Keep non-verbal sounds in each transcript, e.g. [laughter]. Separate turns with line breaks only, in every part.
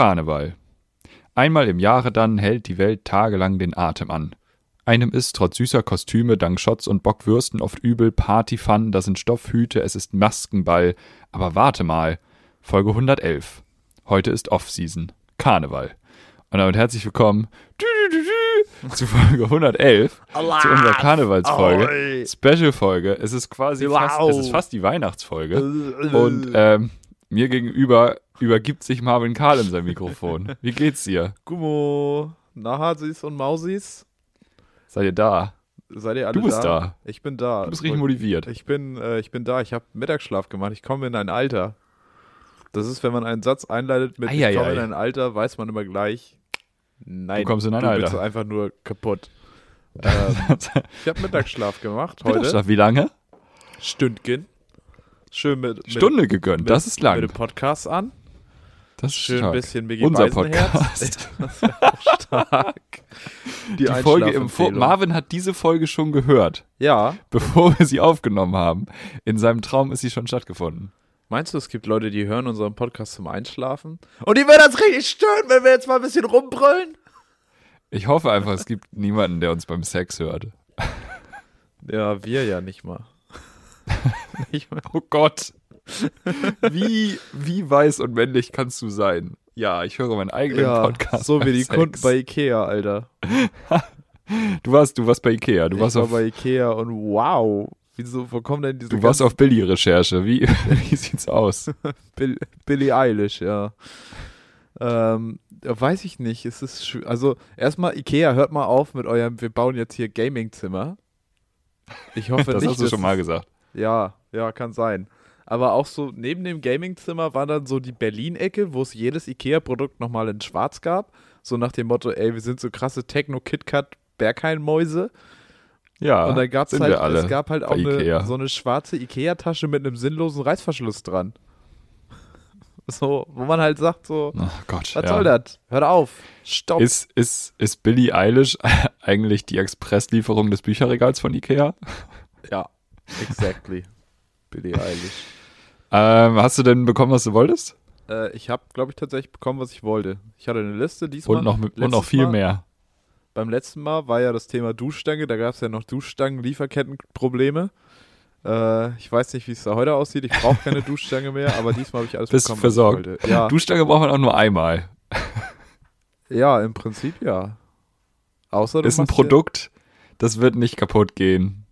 Karneval. Einmal im Jahre dann hält die Welt tagelang den Atem an. Einem ist trotz süßer Kostüme, dank Schotz und Bockwürsten oft übel, Partyfun, das sind Stoffhüte, es ist Maskenball. Aber warte mal. Folge 111. Heute ist Off-Season. Karneval. Und damit herzlich willkommen dü- dü- dü- dü- zu Folge 111, zu unserer Karnevalsfolge, Special-Folge. Es ist quasi fast, es ist fast die Weihnachtsfolge. Und ähm, mir gegenüber übergibt sich Marvin Karl in sein Mikrofon. Wie geht's dir?
Gummo, Nahasis und Mausis,
Seid ihr da?
seid ihr alle
Du bist da.
Ich bin da.
Du bist richtig
[laughs]
motiviert.
ich bin, äh, ich bin da. Ich habe Mittagsschlaf gemacht. Ich komme in ein Alter. Das ist, wenn man einen Satz einleitet mit
Eieiei.
"Ich komme in ein Alter", weiß man immer gleich. Nein,
Du kommst in ein
du bist
Alter.
einfach nur
[laughs]
kaputt. ähm, ich habe Mittagsschlaf gemacht heute.
Mittagsschlaf, wie lange?
Stündchen. Schön mit, mit
Stunde gegönnt, das ist lang.
Mit dem Podcast an.
das ist
Schön ein
stark.
bisschen Biggie
Unser
Weisenherz. [laughs]
Podcast.
Stark.
Die Folge im Vor Marvin hat diese Folge schon gehört,
Ja.
bevor wir sie aufgenommen haben. In seinem Traum ist sie schon stattgefunden.
Meinst du, es gibt Leute, die hören unseren Podcast zum Einschlafen? Und die werden das richtig stören, wenn wir jetzt mal ein bisschen rumbrüllen?
Ich hoffe einfach, es gibt niemanden, der uns beim Sex hört.
Ja, wir ja nicht mal. nicht mal.
Oh Gott. Wie, wie weiß und männlich kannst du sein? Ja, ich höre meinen eigenen
Ja,
Podcast.
so wie
beim
die
Sex.
Kunden bei Ikea, Alter.
Du warst, du warst bei Ikea, du warst
ich war
auf,
bei Ikea und wow. Wieso, wo kommen denn diese
du warst auf Billy-Recherche. Wie, [laughs] wie sieht's aus?
Bill, Billie Eilish, ja. Ähm, ja, weiß ich nicht. Es ist schw- also erstmal Ikea, hört mal auf mit eurem. Wir bauen jetzt hier Gaming-Zimmer. Ich hoffe
Das
nicht.
hast du
dass
schon mal
es-
gesagt.
Ja, ja, kann sein. Aber auch so neben dem Gaming-Zimmer war dann so die Berlin-Ecke, wo es jedes Ikea-Produkt nochmal in Schwarz gab. So nach dem Motto, ey, wir sind so krasse Techno-Kitkat-Berghain-Mäuse.
Ja,
Und dann gab's
sind
halt,
wir alle
es gab halt
bei
auch eine,
Ikea.
so eine schwarze Ikea-Tasche mit einem sinnlosen Reißverschluss dran. [laughs] So, wo man halt sagt so,
Oh Gott,
was
ja.
soll das? Hört auf, stopp.
Ist, ist, ist Billie Eilish [laughs] eigentlich die Expresslieferung des Bücherregals von Ikea?
ja,
[laughs]
exactly. Billie Eilish.
Ähm, hast du denn bekommen, was du wolltest?
Äh, ich habe, glaube ich, tatsächlich bekommen, was ich wollte. Ich hatte eine Liste diesmal.
Und noch, mit- und noch
letztes
viel
Mal-
mehr.
Beim letzten Mal war ja das Thema Duschstange, da gab es ja noch Duschstangen-Lieferkettenprobleme. Äh, ich weiß nicht, wie es da heute aussieht. Ich brauche
[laughs]
keine Duschstange mehr, aber diesmal habe ich alles
Bist du
bekommen.
versorgt?
Was ich wollte. ja,
Duschstange braucht man auch nur einmal.
ja, im Prinzip ja. Außer du
Ist ein
machst
Produkt, das wird nicht kaputt gehen.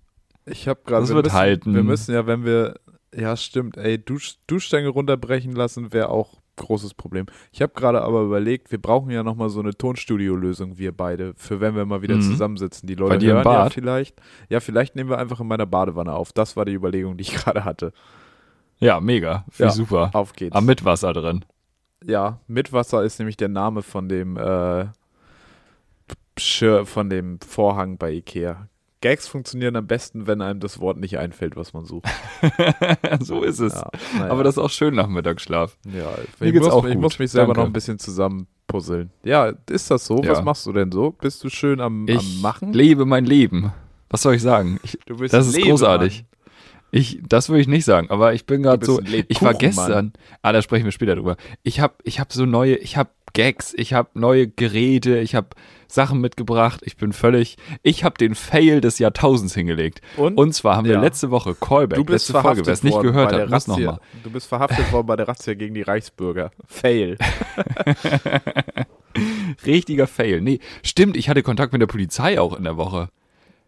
Ja, ich habe gerade.
das
wir
wird
müssen,
halten.
Wir müssen ja, wenn wir. Ja, stimmt. Ey, Dusch, Duschstange runterbrechen lassen wäre auch großes Problem. Ich habe gerade aber überlegt, wir brauchen ja nochmal so eine Tonstudio-Lösung, wir beide, für wenn wir mal wieder
Mhm.
zusammensitzen. Die Leute
Bei dir im
hören ja
Bad?
vielleicht. Ja, vielleicht nehmen wir einfach in meiner Badewanne auf. Das war die Überlegung, die ich [laughs] gerade hatte.
Ja, mega. Viel
Ja.
super.
Auf geht's.
Am Mitwasser drin. [laughs]
ja, Mitwasser ist nämlich der Name von dem äh, Schir- von dem Vorhang bei Ikea. Gags funktionieren am besten, wenn einem das Wort nicht einfällt, was man sucht.
so ist es.
Ja,
[laughs]
naja.
Aber das ist auch schön nach dem Mittagsschlaf.
Ja, ich,
Mir
ich,
geht's
muss,
auch
ich
gut.
muss mich selber
Danke.
noch ein bisschen zusammenpuzzeln. Ja, ist das so?
Ja.
Was machst du denn so? Bist du schön am, am
Ich
Machen?
lebe mein Leben. Was soll ich sagen? Ich,
Du bist
das ist
Lebemann.
großartig. Ich, das würde ich nicht sagen, aber ich bin gerade
bist
so.
ein Lebkuchen,
Ich war
Mann.
gestern. Ah, da sprechen wir später drüber. Ich habe ich hab so neue, ich habe Gags, ich habe neue Geräte, ich habe Sachen mitgebracht. Ich bin völlig. Ich habe den Fail des Jahrtausends hingelegt.
Und?
Und zwwer haben wir
Ja.
letzte Woche Callback,
Du bist
letzte Folge,
verhaftet
wer es nicht
worden
gehört
bei der
hat, muss
Razzia.
nochmal.
Du bist verhaftet worden bei der Razzia gegen die Reichsbürger. Fail.
Richtiger Fail. Nee, stimmt, ich hatte Kontakt mit der Polizei auch in der Woche.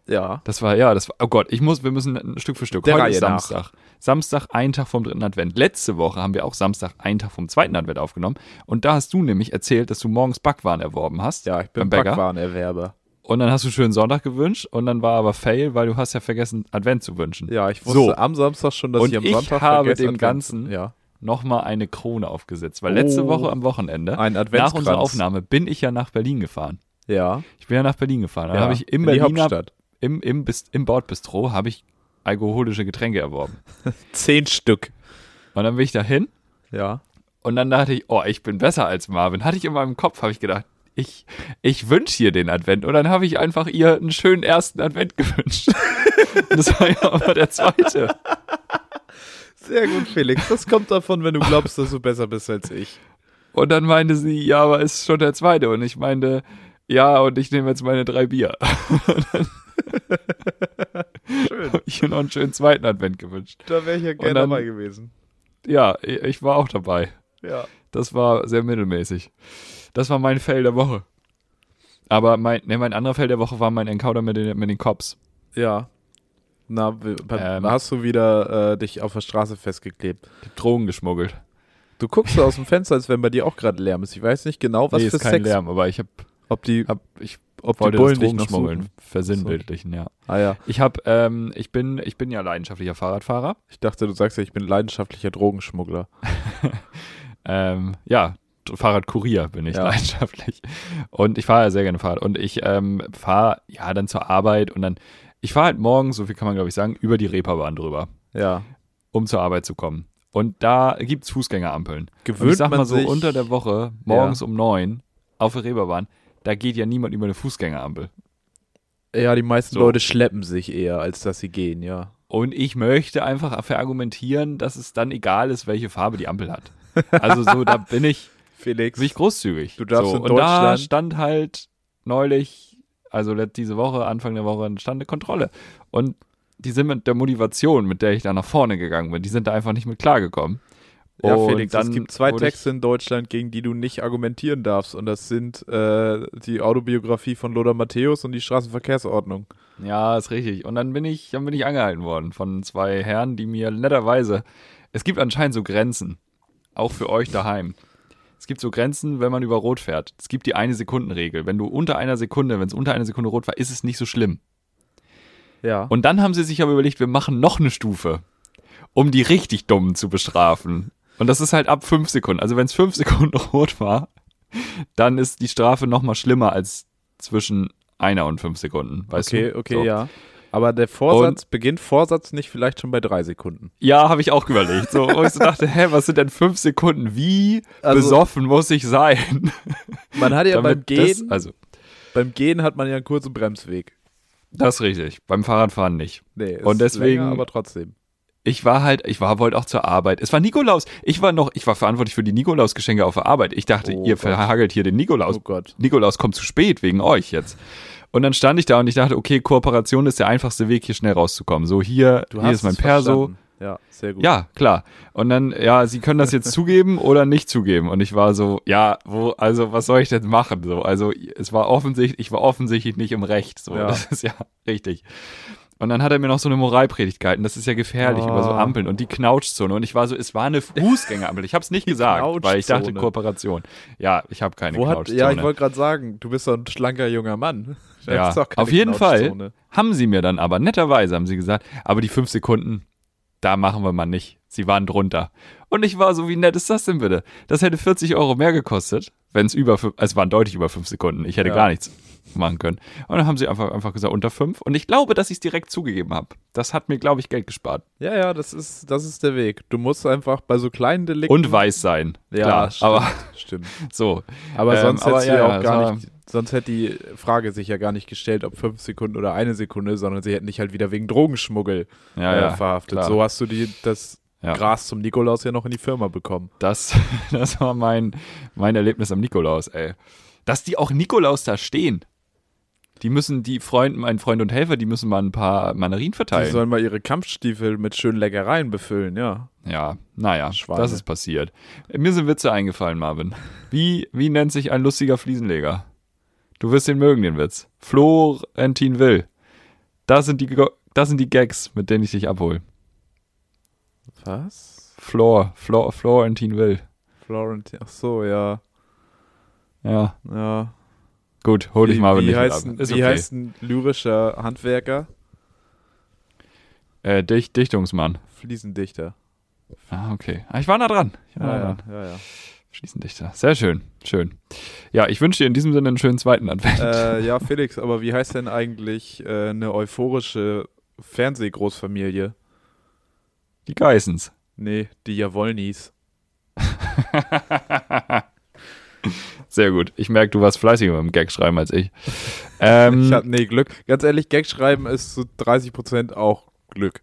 Ja.
Das war, ja, das war, oh Gott, ich muss, wir müssen ein Stück für Stück.
Der
Heute
Reihe
ist
nach.
Samstag. Samstag, ein Tag vom dritten Advent. Letzte Woche haben wir auch Samstag, einen Tag vom zweiten Advent aufgenommen. Und da hast du nämlich erzählt, dass du morgens Backwaren erworben hast.
Ja, ich bin
beim Bäcker.
Backwarenerwerber.
Und dann hast du schönen Sonntag gewünscht und dann war aber Fail, weil du hast ja vergessen, Advent zu wünschen.
Ja, ich wusste
So.
am Samstag schon, dass
Und
ich am
ich
Sonntag
habe
vergesse,
dem
Advent-
Ganzen-
Ja.
Nochmal eine Krone aufgesetzt. Weil letzte
Oh.
Woche am Wochenende,
Ein
nach unserer
Adventskranz.
Aufnahme, bin ich ja nach Berlin gefahren.
Ja.
Ich bin ja nach Berlin gefahren. Da
ja.
habe ich im
In die
Berliner,
Hauptstadt.
im, im, Bist- im Bordbistro, habe ich alkoholische Getränke erworben.
Zehn Stück.
Und dann bin ich dahin
Ja.
Und dann dachte ich, oh, ich bin besser als Marvin. Hatte ich in meinem Kopf, habe ich gedacht, ich, ich wünsche ihr den Advent. Und dann habe ich einfach ihr einen schönen ersten Advent [laughs] gewünscht. Und das war ja aber der zweite.
Sehr gut, Felix. Das kommt davon, wenn du glaubst, dass du besser bist als ich.
Und dann meinte sie, ja, aber ist schon der zweite. Und ich meinte, ja, und ich nehme jetzt meine drei Bier.
Schön.
Hab ich ihr noch einen schönen zweiten Advent gewünscht.
Da wäre ich ja gerne
dann-
dabei gewesen.
Ja, i- ich war auch dabei.
Ja.
Das war sehr mittelmäßig. Das war mein Fail der Woche. Aber mein, ne, mein anderer Fail der Woche war mein Encounter mit den, mit den Cops.
Ja. Na, w- bei-
Ähm.
hast du wieder äh, dich auf der Straße festgeklebt?
Ich hab Drogen geschmuggelt.
Du guckst so aus dem Fenster, als wenn bei dir auch gerade Lärm ist. Ich weiß nicht genau, was
nee,
für
ist kein
Sex.
Lärm, aber ich hab,
Ob die,
hab ich
ob die
wollte das
Bullen dich noch
Drogenschmuggeln
suchen.
versinnbildlichen, ja.
Ah ja.
Ich hab, ähm, ich bin, ich bin ja leidenschaftlicher Fahrradfahrer.
Ich dachte, du sagst ja, ich bin leidenschaftlicher Drogenschmuggler.
Ähm, ja, Dr- Fahrradkurier bin ich
Ja.
leidenschaftlich. Und ich fahre ja sehr gerne Fahrrad. Und ich ähm, fahre ja dann zur Arbeit und dann, ich fahre halt morgen, so viel kann man glaube ich sagen, über die Reeperbahn drüber,
Ja.
um zur Arbeit zu kommen. Und da gibt's Fußgängerampeln. Und
Gewöhnt
ich sag
man
mal so,
sich,
unter der Woche, morgens um neun, auf der Reeperbahn, da geht ja niemand über eine Fußgängerampel.
Ja, die meisten
So.
Leute schleppen sich eher, als dass sie gehen, ja.
Und ich möchte einfach verargumentieren, dass es dann egal ist, welche Farbe die Ampel hat. Also so, da bin ich,
Felix.
bin ich großzügig.
Du darfst
so.
in
Und da
Deutschland-
stand halt neulich, also let- diese Woche, Anfang der Woche, stand eine Kontrolle. Und die sind mit der Motivation, mit der ich da nach vorne gegangen bin, die sind da einfach nicht mit klargekommen.
ja,
Und
Felix, es
dann
gibt zwei
wurde ich-
Texte in Deutschland, gegen die du nicht argumentieren darfst. Und das sind äh, die Autobiografie von Lothar Matthäus und die Straßenverkehrsordnung.
Ja, ist richtig. Und dann bin ich, dann bin ich angehalten worden von zwei Herren, die mir netterweise. Es gibt anscheinend so Grenzen. Auch für euch daheim. Es gibt so Grenzen, wenn man über Rot fährt. Es gibt die eine Sekundenregel. Wenn du unter einer Sekunde, wenn es unter einer Sekunde rot war, ist es nicht so schlimm.
Ja.
Und dann haben sie sich aber überlegt, wir machen noch eine Stufe, um die richtig Dummen zu bestrafen. Und das ist halt ab fünf Sekunden. Also wenn es fünf [laughs] Sekunden rot war, dann ist die Strafe noch mal schlimmer als zwischen einer und fünf Sekunden. Weißt
okay,
du?
okay,
So.
ja. Aber der Vorsatz, beginnt Vorsatz nicht vielleicht schon bei drei Sekunden?
Ja, habe ich auch überlegt. So, wo ich so dachte, hä, was sind denn fünf Sekunden? Wie
Also-
besoffen muss ich sein?
Man hat ja beim
damit das-
Gehen,
also,
beim Gehen hat man ja einen kurzen Bremsweg.
das ist richtig. Beim Fahrradfahren nicht.
Nee, ist
Und deswegen-
länger, aber trotzdem.
Ich war halt, ich war wollte auch zur Arbeit. Es war Nikolaus. Ich war noch, ich war verantwortlich für die Nikolausgeschenke auf der Arbeit. Ich dachte,
Oh
ihr
Gott.
verhagelt hier den Nikolaus.
Oh Gott.
Nikolaus kommt zu spät wegen euch jetzt. Und dann stand ich da und ich dachte, okay, Kooperation ist der einfachste Weg, hier schnell rauszukommen. So hier,
Du
hier
hast
ist mein
es
Perso.
verstanden. Ja, sehr gut.
Ja, klar. Und dann, ja, sie können das
[laughs]
jetzt zugeben oder nicht zugeben. Und ich war so, ja, wo, also was soll ich denn machen? So, also es war offensichtlich, ich war offensichtlich nicht im Recht. So,
Ja.
das ist ja richtig. Und dann hat er mir noch so eine Moralpredigt gehalten. Das ist ja gefährlich
Oh.
über so Ampeln und die Knautschzone. Und ich war so, es war eine Fußgängerampel. Ich habe es nicht gesagt, weil ich dachte
Knautschzone.
Kooperation. Ja, ich habe keine
Wo hat,
Knautschzone.
ja, ich wollte gerade sagen, du bist doch ein schlanker junger Mann. [laughs] Da
Ja,
ist doch keine
auf jeden Fall
Knautschzone.
haben sie mir dann aber, netterweise haben sie gesagt, aber die fünf Sekunden, da machen wir mal nicht. Sie waren drunter. Und ich war so, wie nett ist das denn bitte? Das hätte 40 Euro mehr gekostet, wenn es über, fün- also es waren deutlich über fünf Sekunden. Ich hätte
Ja.
gar nichts machen können. Und dann haben sie einfach, einfach gesagt, unter fünf. Und ich glaube, dass ich es direkt zugegeben habe. Das hat mir, glaube ich, Geld gespart.
Ja, ja, das ist, das ist der Weg. Du musst einfach bei so kleinen Delikten.
Und weiß sein.
ja,
Klar,
stimmt,
aber [laughs]
stimmt.
so.
Aber
Ähm,
sonst
aber
hätte sie
ja,
ja
ja,
auch
es
gar
war-
nicht, sonst hätte die Frage sich ja gar nicht gestellt, ob fünf Sekunden oder eine Sekunde, sondern sie hätten dich halt wieder wegen Drogenschmuggel
Ja,
äh,
ja,
verhaftet.
klar.
So hast du die, das
Ja.
Gras zum Nikolaus ja noch in die Firma bekommen.
Das, [laughs] das war mein, mein Erlebnis am Nikolaus, ey. Dass die auch Nikolaus da stehen. Die müssen, die Freund, mein Freund und Helfer, die müssen mal ein paar Mandarinen
Die
verteilen.
sollen mal ihre Kampfstiefel mit schönen Leckereien befüllen, ja.
Ja, naja,
Schweine.
das ist passiert. Mir sind Witze eingefallen, Marvin. Wie, wie nennt sich ein lustiger Fliesenleger? Du wirst den mögen, den Witz. Florentin Will. Das sind die, Go- das sind die Gags, mit denen ich dich abhole.
Was?
Flor, Flor, Florentin Will.
Florentine, ach so, ja.
Ja,
Ja.
gut, hol dich Marvin
wie
nicht
heißt,
mit
ein-
ab. Ist
wie
okay.
heißt ein lyrischer Handwerker?
äh, Dicht, Dichtungsmann.
Fliesendichter.
Ah, okay. Ah, ich war nah dran. Ich war nah
Ja,
dran.
ja, ja.
Fließendichter. Sehr schön, schön. Ja, ich wünsche dir in diesem Sinne einen schönen zweiten Advent.
Ja, äh, ja Felix, aber wie heißt denn eigentlich äh, eine euphorische Fernsehgroßfamilie?
Die Geissens. [laughs]
Nee, die Jawolnis.
Sehr gut. Ich merke, du warst fleißiger beim Gag schreiben als ich. Ähm,
Ich hab, nee, Glück. Ganz ehrlich, Gag schreiben ist zu 30% auch Glück.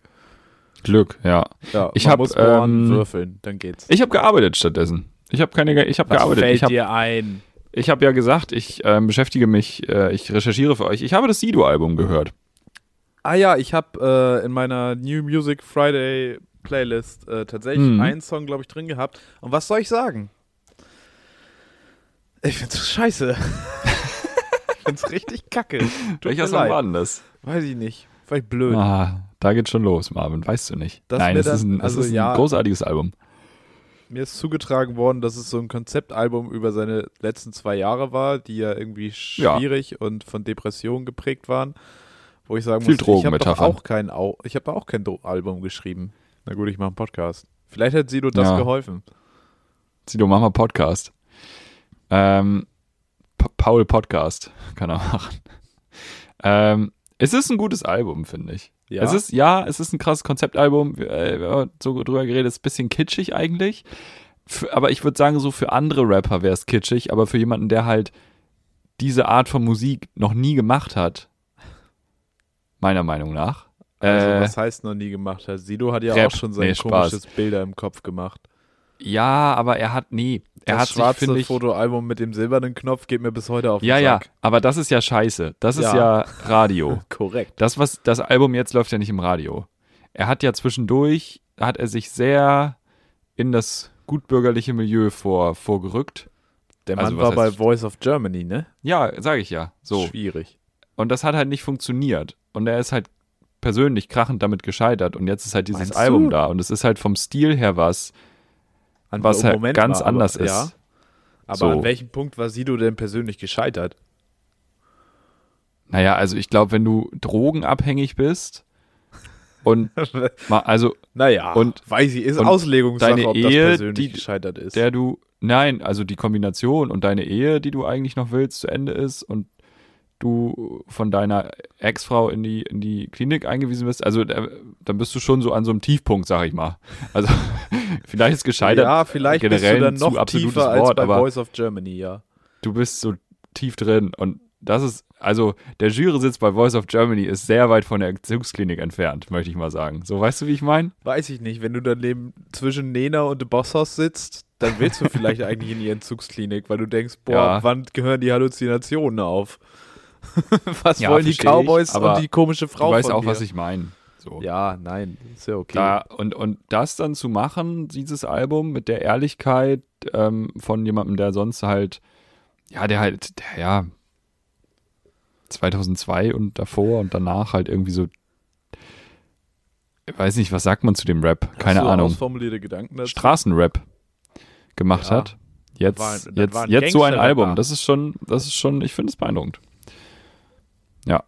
Glück, ja.
Ja,
Ich
man
hab,
muss Ohren
ähm,
würfeln, dann geht's.
Ich habe gearbeitet stattdessen. Ich habe keine, ich habe
Was
gearbeitet.
fällt
Ich habe
dir ein?
ich hab ja gesagt, ich ähm, beschäftige mich, äh, ich recherchiere für euch. Ich habe das Sido-Album gehört.
Ah ja, ich habe äh, in meiner New Music Friday Playlist äh, tatsächlich
Mhm.
einen Song, glaube ich, drin gehabt. Und was soll ich sagen? Ich
[laughs]
find's scheiße. ich find's richtig kacke. Tut mir
Welcher Song
leid.
war denn das?
Weiß ich nicht. Vielleicht blöd.
Ah, da geht schon los, Marvin, weißt du nicht.
Das
Nein,
mir
es ist
dann-
ein, es
also
ist ein
ja.
großartiges Album.
Mir ist zugetragen worden, dass es so ein Konzeptalbum über seine letzten zwei Jahre war, die ja irgendwie schwierig und von Depressionen geprägt waren. Wo ich sagen
Viel
muss, ich habe doch
Drogenmetaphern.
auch kein, Au ich hab doch auch kein Do Album geschrieben. Na gut, ich mache einen Podcast. Vielleicht hat Sido das
Ja.
geholfen.
Sido Mama Podcast. Ähm, Pa- Paul Podcast [laughs] kann er machen. Ähm, es ist ein gutes Album, finde ich.
Ja.
Es ist, ja, es ist ein krasses Konzeptalbum. Wir, äh, wir haben so drüber geredet, ist ein bisschen kitschig eigentlich. Für, aber ich würde sagen, so für andere Rapper wäre es kitschig, aber für jemanden, der halt diese Art von Musik noch nie gemacht hat, meiner Meinung nach.
Also,
äh,
was heißt noch nie gemacht hat? Sido hat ja
Rap.
auch schon sein
Nee, Spaß.
komisches Bilder im Kopf gemacht.
ja, aber er hat, nee, er
das
hat sich,
schwarze
finde ich,
Fotoalbum mit dem silbernen Knopf geht mir bis heute auf den
Ja, ja,
Sack.
aber das ist ja scheiße. Das ist
Ja.
ja Radio.
Korrekt.
Das, was das Album jetzt läuft ja nicht im Radio. Er hat ja zwischendurch, hat er sich sehr in das gutbürgerliche Milieu vor, vorgerückt.
Der Mann
Also, was
war bei
heißt-
Voice of Germany, ne?
Ja, sage ich ja. So.
Schwierig.
Und das hat halt nicht funktioniert. Und er ist halt persönlich krachend damit gescheitert. Und jetzt ist halt dieses
Meinst
Album
du?
da. Und es ist halt vom Stil her was,
An
was
im
halt
Moment
ganz
mal, aber-
anders ist.
Ja, aber
So.
an welchem Punkt war Sido denn persönlich gescheitert?
Naja, also ich glaube, wenn du drogenabhängig bist
[laughs]
und mal, also
Naja,
Und-
weiß ich, ist
und
Auslegungssache,
deine
ob das
Ehe,
persönlich
die-
gescheitert ist.
der du, nein, also die Kombination und deine Ehe, die du eigentlich noch willst, zu Ende ist und du von deiner Ex-Frau in die, in die Klinik eingewiesen wirst, also äh, dann bist du schon so an so einem Tiefpunkt, sag ich mal. Also [laughs] vielleicht ist gescheitert,
ja, vielleicht bist du
generell
dann
ein zu
noch
absolutes
tiefer als
Wort,
bei
aber-
Voice of Germany, ja.
du bist so tief drin und das ist, also der Jury-Sitz bei Voice of Germany ist sehr weit von der Entzugsklinik entfernt, möchte ich mal sagen. So, weißt du, wie ich meine?
Weiß ich nicht, wenn du dann neben, zwischen Nena und dem Bosshaus sitzt, dann willst du vielleicht [laughs] eigentlich in die Entzugsklinik, weil du denkst, boah,
Ja.
wann gehören die Halluzinationen auf? [laughs] was
Ja,
wollen die
versteh ich,
Cowboys
aber
und die komische
Du
Frau
weißt
von
auch,
dir?
was ich meine. So.
Ja, nein, ist ja okay.
Da, und, und das dann zu machen, dieses Album mit der Ehrlichkeit ähm, von jemandem, der sonst halt, ja, der halt, der ja 2002 und davor und danach halt irgendwie so, ich weiß nicht, was sagt man zu dem Rap? Keine
Hast du
Ahnung.
Ausformulierte Gedanken dazu?
Straßenrap gemacht
Ja.
hat. Jetzt,
War ein- das
jetzt,
war ein
jetzt so ein
Gangster-Rapper.
Album. Das ist schon, das ist schon, ich finde es beeindruckend. Ja.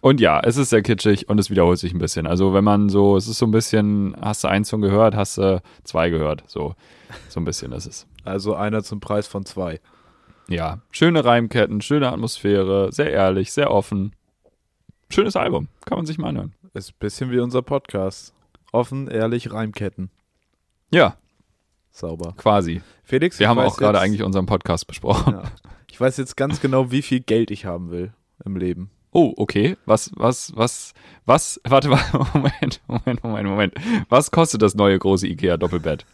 Und ja, es ist sehr kitschig und es wiederholt sich ein bisschen. Also wenn man so, es ist so ein bisschen, hast du eins schon gehört, hast du zwei gehört. So, so ein bisschen ist es.
Also einer zum Preis von zwei.
Ja. Schöne Reimketten, schöne Atmosphäre, sehr ehrlich, sehr offen. Schönes Album. Kann man sich mal anhören.
Ist ein bisschen wie unser Podcast. Offen, ehrlich, Reimketten.
Ja,
Sauber.
quasi.
Felix,
Wir
ich
haben
weiß
auch gerade
jetzt-
eigentlich unseren Podcast besprochen.
[laughs] Ja. Ich weiß jetzt ganz genau, wie viel Geld ich haben will
[laughs]
im Leben.
Oh, okay. Was, was, was, was? [laughs] Warte, warte, Moment, Moment, Moment, Moment. Was kostet das neue große IKEA-Doppelbett?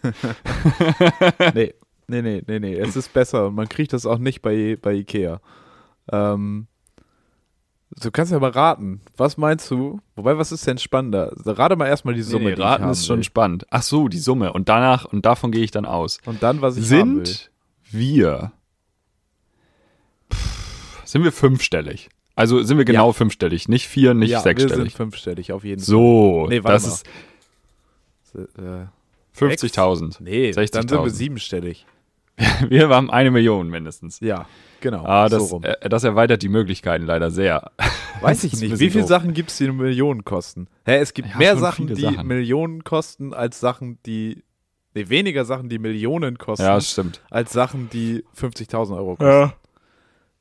Nee, nee, nee, nee, nee. Es ist besser und man kriegt das auch nicht bei, bei Ikea. Ähm, du kannst ja mal raten. Was meinst du? Wobei, was ist denn spannender? Rate mal erstmal die Summe. die ich
raten
haben
ist schon
will.
spannend. Ach so, die Summe. Und danach, und davon gehe ich dann aus.
Und dann, was ich haben will.
Sind wir, pff, sind wir fünfstellig? Also sind wir genau fünfstellig, nicht vier, nicht
ja, Wir sind
sechsstellig.
fünfstellig, auf jeden Fall.
So,
Nee, warte
das
mal.
ist
Äh,
50.000.
nee, dann sind wir
60.000.
siebenstellig.
[laughs] Wir haben eine Million mindestens.
Ja, genau.
Ah,
so
das,
rum.
äh, das erweitert die Möglichkeiten leider [laughs] sehr.
Weiß ich
Das ist ein
nicht.
bisschen
Wie viele
doof.
Sachen gibt es, die Millionen kosten? Hä, es gibt
Ja,
mehr
schon
Sachen,
viele
die
Sachen.
Millionen kosten, als Sachen, die. Nee, weniger Sachen, die Millionen kosten,
Ja, stimmt.
als Sachen, die 50.000 Euro kosten.
Ja.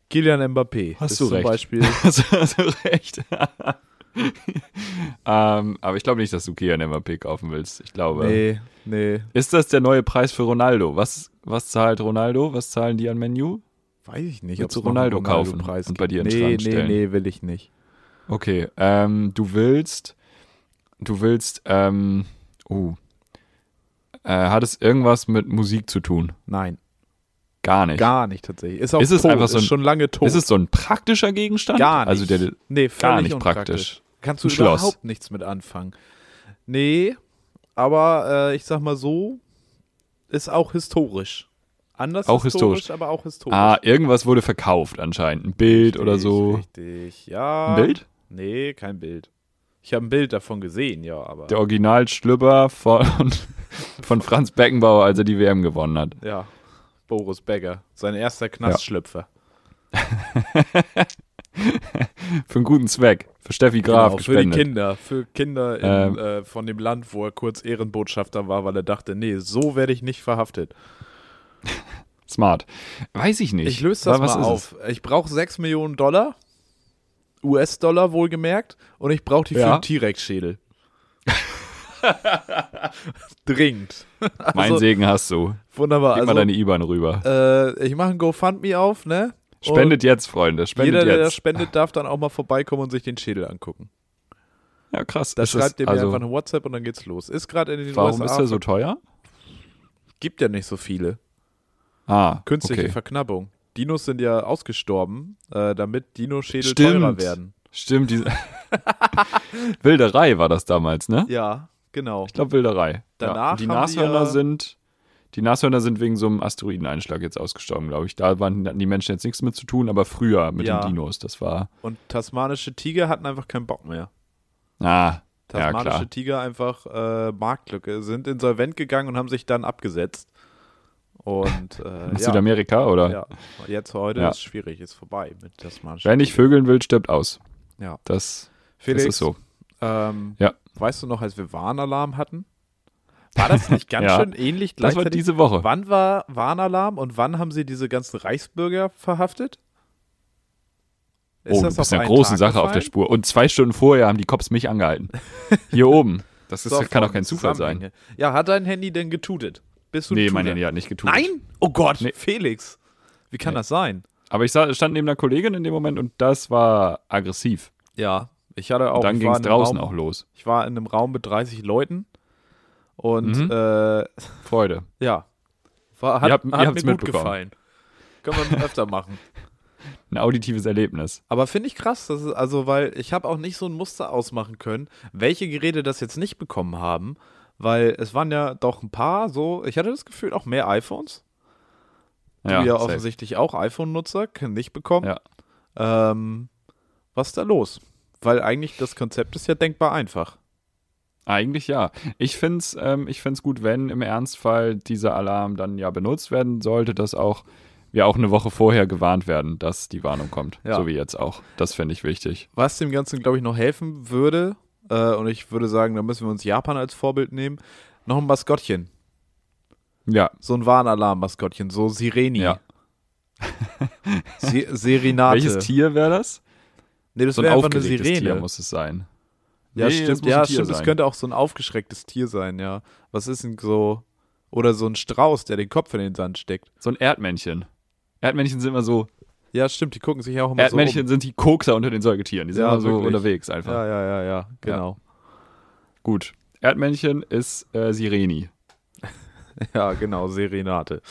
Kilian Mbappé
Hast
ist
du
zum
recht. [laughs]
Beispiel.
Also, also recht. [laughs] ähm, aber ich glaube nicht, dass du Kian MVP kaufen willst. Ich glaube.
Nee, nee.
Ist das der neue Preis für Ronaldo? Was, was zahlt Ronaldo? Was zahlen die an Menu?
Weiß ich nicht.
Willst
ob's
du
noch einen
Ronaldo kaufen
Ronaldo-Preis
und bei dir in
gibt.
den
Nee,
Schrank
nee,
stellen?
nee, will ich nicht.
Okay, ähm, du willst, du willst, ähm, oh, Äh, hat es irgendwas mit Musik zu tun?
Nein,
Gar nicht.
gar nicht tatsächlich. Ist auch
Ist es
tot,
einfach so
ist
ein-
schon lange tot.
Ist es so ein praktischer Gegenstand?
Gar nicht.
Also der,
nee, völlig
gar nicht
unpraktisch.
praktisch.
Kannst du
Ein Schloss.
überhaupt nichts mit anfangen. Nee, aber äh, ich sag mal so, ist auch historisch. Anders
Auch
historisch,
historisch.
aber auch historisch.
ah, irgendwas wurde verkauft anscheinend. Ein Bild oder so.
Richtig, ja.
Ein Bild?
Nee, kein Bild. Ich habe ein Bild davon gesehen, ja, aber.
Der Original-Schlüpper von, [laughs] von Franz Beckenbauer, als er die WM gewonnen hat.
Ja, Boris Becker. Sein erster Knastschlüpfer.
Für einen guten Zweck. Für Steffi Graf
Genau, für die
gespendet.
Kinder. Für Kinder in,
Ähm.
äh, von dem Land, wo er kurz Ehrenbotschafter war, weil er dachte, nee, so werde ich nicht verhaftet.
Smart. Weiß ich nicht.
Ich löse das
Aber was
mal
ist
auf. Ich brauche 6 Millionen Dollar. US-Dollar wohlgemerkt. Und ich brauche die für
Ja.
einen T-Rex-Schädel. [laughs] Dringend.
Es? Mein
Also,
Segen hast du.
Wunderbar.
Gib
Also,
mal deine IBAN rüber.
äh, ich mache ein GoFundMe auf, ne? Und
Spendet jetzt, Freunde. Spendet
Jeder, der das
jetzt.
spendet, darf dann auch mal vorbeikommen und sich den Schädel angucken.
ja, krass.
Da
Ist
schreibt ihr mir
also,
einfach eine WhatsApp und dann geht's los. Ist gerade in den
Warum
USA.
ist er so teuer?
Gibt ja nicht so viele.
Ah,
Künstliche
okay.
Verknappung. Dinos sind ja ausgestorben, äh, damit Dino-Schädel
Stimmt.
teurer werden.
Stimmt.
[laughs]
Diese Wilderei war das damals, ne?
Ja, genau.
Ich glaube Wilderei.
Danach
ja. Die
haben die
Nashörner
ja-
sind. Die Nashörner sind wegen so einem Asteroideneinschlag jetzt ausgestorben, glaube ich. Da waren hatten die Menschen jetzt nichts mit zu tun, aber früher mit
Ja.
den Dinos, das war.
Und tasmanische Tiger hatten einfach keinen Bock mehr.
Ah, ja
Tasmanische
klar.
Tiger einfach äh, Marktlücke, sind insolvent gegangen und haben sich dann abgesetzt. Und äh,
[laughs] In
ja,
Südamerika oder?
ja, jetzt heute
Ja.
ist schwierig, ist vorbei mit tasmanischen
Wer nicht vögeln will, stirbt aus.
Ja.
Das, das
Felix,
ist so.
Ähm,
Ja.
Weißt du noch, als wir Warnalarm hatten? War
[laughs]
das nicht ganz
Ja.
schön ähnlich
Das war
gleichzeitig?
diese Woche.
wann war Warnalarm und wann haben sie diese ganzen Reichsbürger verhaftet?
Oh, du
auf
bist einer
einen
großen
Tag
Sache auf der
gefallen?
Spur. Und zwei Stunden vorher haben die Cops mich
[laughs]
angehalten. Hier oben. Das ist,
So,
kann doch
Freunde,
kein Zufall sein.
Zusammenhänge. Ja, hat dein Handy denn getutet? Bist du ein
Nee,
Tuter?
mein Handy hat nicht getutet.
Nein? Oh Gott,
Nee.
Felix. Wie kann das sein?
Aber ich sa- stand neben einer Kollegin in dem Moment und das war aggressiv.
Ja, ich hatte auch.
Und dann
ich
ging
war
es
in einem
draußen
Raum,
auch los.
Ich war in einem Raum mit 30 Leuten und
Mhm.
äh,
Freude.
Ja. War, hat
Ihr habt- ihr
hat mir
habt's
gut
mitbekommen.
gefallen. Können
[laughs]
wir öfter machen.
Ein auditives Erlebnis.
Aber finde ich krass, dass es, also weil ich habe auch nicht so ein Muster ausmachen können, welche Geräte das jetzt nicht bekommen haben, weil es waren ja doch ein paar so, ich hatte das Gefühl, auch mehr iPhones, die ja
safe.
offensichtlich auch iPhone-Nutzer können nicht bekommen.
Ja.
Ähm, was ist da los? Weil eigentlich das Konzept ist ja denkbar einfach.
Eigentlich ja. Ich finde es ähm, ich find's gut, wenn im Ernstfall dieser Alarm dann ja benutzt werden sollte, dass auch wir auch eine Woche vorher gewarnt werden, dass die Warnung kommt.
Ja.
So wie jetzt auch. Das finde ich wichtig.
Was dem Ganzen, glaube ich, noch helfen würde, äh, und ich würde sagen, da müssen wir uns Japan als Vorbild nehmen, noch ein Maskottchen.
Ja,
so ein Warnalarm-Maskottchen, so Sireni.
Ja.
Si Serenate.
Welches Tier wäre das?
Nee, das
So ein
wäre einfach eine
aufgeregtes
Sirene.
Tier muss es sein.
ja,
Nee, das
stimmt,
muss
ja,
ein Tier
stimmt. Es
sein.
könnte auch so ein aufgeschrecktes Tier sein, ja. Was ist denn so? Oder so ein Strauß, der den Kopf in den Sand steckt.
So ein Erdmännchen. Erdmännchen sind immer so,
Ja, stimmt, die gucken sich ja auch immer
Erdmännchen
so um.
sind die Kokser unter den Säugetieren. Die sind
Ja,
immer so
wirklich.
unterwegs
um.
einfach.
Ja, ja, ja, ja, genau.
Gut. Erdmännchen ist äh, Sireni.
[laughs] Ja, genau, Serenate.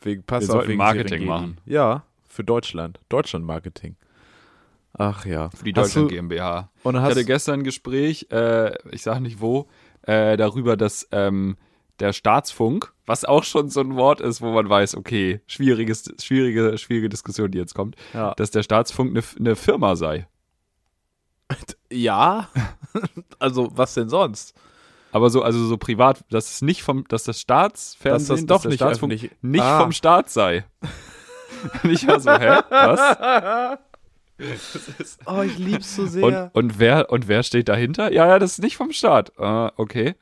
Wegen, passt
Wir
auch
sollten
wegen
Marketing
Serengeti.
machen.
Ja, für Deutschland. Deutschland-Marketing. Ach ja.
Für die
Hast
Deutschland
du,
GmbH.
und
Ich
hast,
hatte gestern ein Gespräch, äh, ich sage nicht wo, äh, darüber, dass ähm, der Staatsfunk, was auch schon so ein Wort ist, wo man weiß, okay, schwieriges, schwierige, schwierige Diskussion, die jetzt kommt,
ja.
dass der Staatsfunk eine eine Firma sei.
[laughs] ja. also, was denn sonst?
Aber so, also so privat, dass es nicht vom, dass das Staatsfernsehen,
Dass das doch
der
nicht
Staatsfunk
öffentlich-
nicht [laughs]
Ah.
vom Staat sei. Und ich war so, hä? Was?
Oh, ich lieb's so sehr.
Und, und, wer, und wer steht dahinter? Ja, ja, das ist nicht vom Staat. Ah, okay.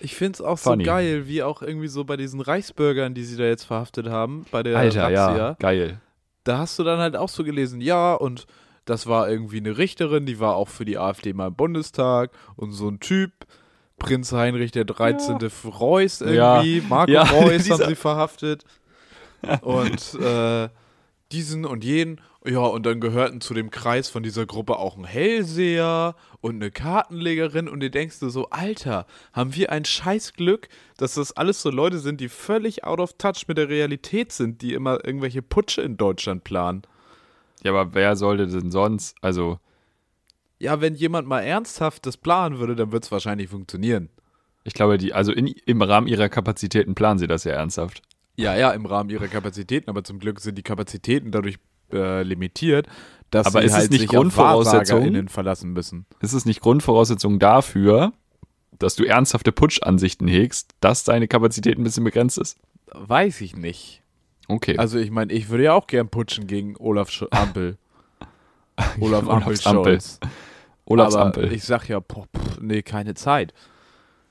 ich find's auch
Funny.
so geil, wie auch irgendwie so bei diesen Reichsbürgern, die sie da jetzt verhaftet haben, bei der
Alter,
Razzia,
ja. Geil.
da hast du dann halt auch so gelesen, ja, und das war irgendwie eine Richterin, die war auch für die AfD mal im Bundestag und so ein Typ, Prinz Heinrich der 13. Reuß
Ja.
irgendwie, Marco
Ja,
Reuß haben
dieser-
sie verhaftet und äh, diesen und jeden Ja, und dann gehörten zu dem Kreis von dieser Gruppe auch ein Hellseher und eine Kartenlegerin und dir denkst du so, Alter, haben wir ein Scheißglück, dass das alles so Leute sind, die völlig out of touch mit der Realität sind, die immer irgendwelche Putsche in Deutschland planen.
Ja, aber wer sollte denn sonst? Also,
Ja, wenn jemand mal ernsthaft das planen würde, dann wird es wahrscheinlich funktionieren.
ich glaube, die, also in, im Rahmen ihrer Kapazitäten planen sie das ja ernsthaft.
Ja, ja, im Rahmen ihrer Kapazitäten, aber zum Glück sind die Kapazitäten dadurch äh, limitiert, dass
Aber
sie
ist es
halt
nicht
sich auf
Grundvoraussetzung?
WahrsagerInnen verlassen müssen.
Ist es nicht Grundvoraussetzung dafür, dass du ernsthafte Putschansichten hegst, dass deine Kapazität ein bisschen begrenzt ist?
Weiß ich nicht.
Okay.
Also ich meine, ich würde ja auch gern putschen gegen
[laughs]
Olaf Sch Ampel. Olaf
Olafs
Ampel
Ampel.
Scholz.
Olafs
aber
Ampel.
ich sag ja, boah, pff, nee, keine Zeit.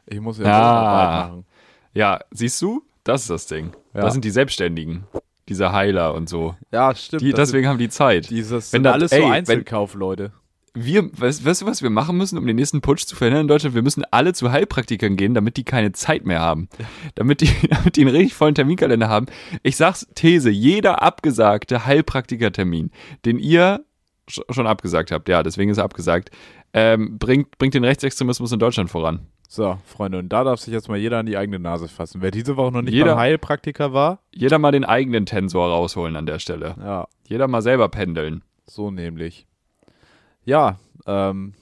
Ich muss ja
Ah.
Arbeit machen.
ja, siehst du? Das ist das Ding.
Ja.
Das sind die Selbstständigen. Diese Heiler und so.
Ja, stimmt.
Die,
das
deswegen haben die Zeit.
sind dieses
wenn
wenn
das-
alles
ey,
so
wenn-
Einzelkaufleute.
wir, weißt, weißt du, was wir machen müssen, um den nächsten Putsch zu verhindern in Deutschland? Wir müssen alle zu Heilpraktikern gehen, damit die keine Zeit mehr
[laughs]
haben. Damit die, [laughs] damit die einen richtig vollen Terminkalender haben. Ich sag's These, jeder abgesagte Heilpraktikertermin, den ihr sch- schon abgesagt habt, ja, deswegen ist er abgesagt, ähm, bringt, bringt den Rechtsextremismus in Deutschland voran.
So, Freunde, und da darf sich jetzt mal jeder an die eigene Nase fassen. Wer diese Woche noch nicht
Jeder-
beim Heilpraktiker war,
Jeder mal den eigenen Tensor rausholen an der Stelle.
ja,
Jeder mal selber pendeln.
so nämlich. Ja,
[laughs]
ähm,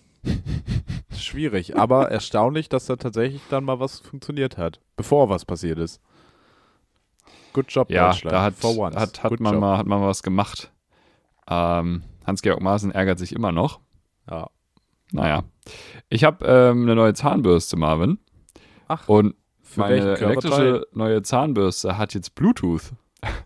schwierig, aber erstaunlich, dass da tatsächlich dann mal was funktioniert hat, bevor was passiert ist. Good job,
Ja,
Deutschland.
da hat,
For once.
hat, hat,
Good
man
job.
mal, hat man mal was gemacht. Ähm, Hans-Georg Maaßen ärgert sich immer noch.
Ja.
Naja. Ich habe ähm, eine neue Zahnbürste, Marvin.
Ach,
Und
Für
meine
welchen Körperteil?
elektrische neue Zahnbürste hat jetzt Bluetooth. [laughs]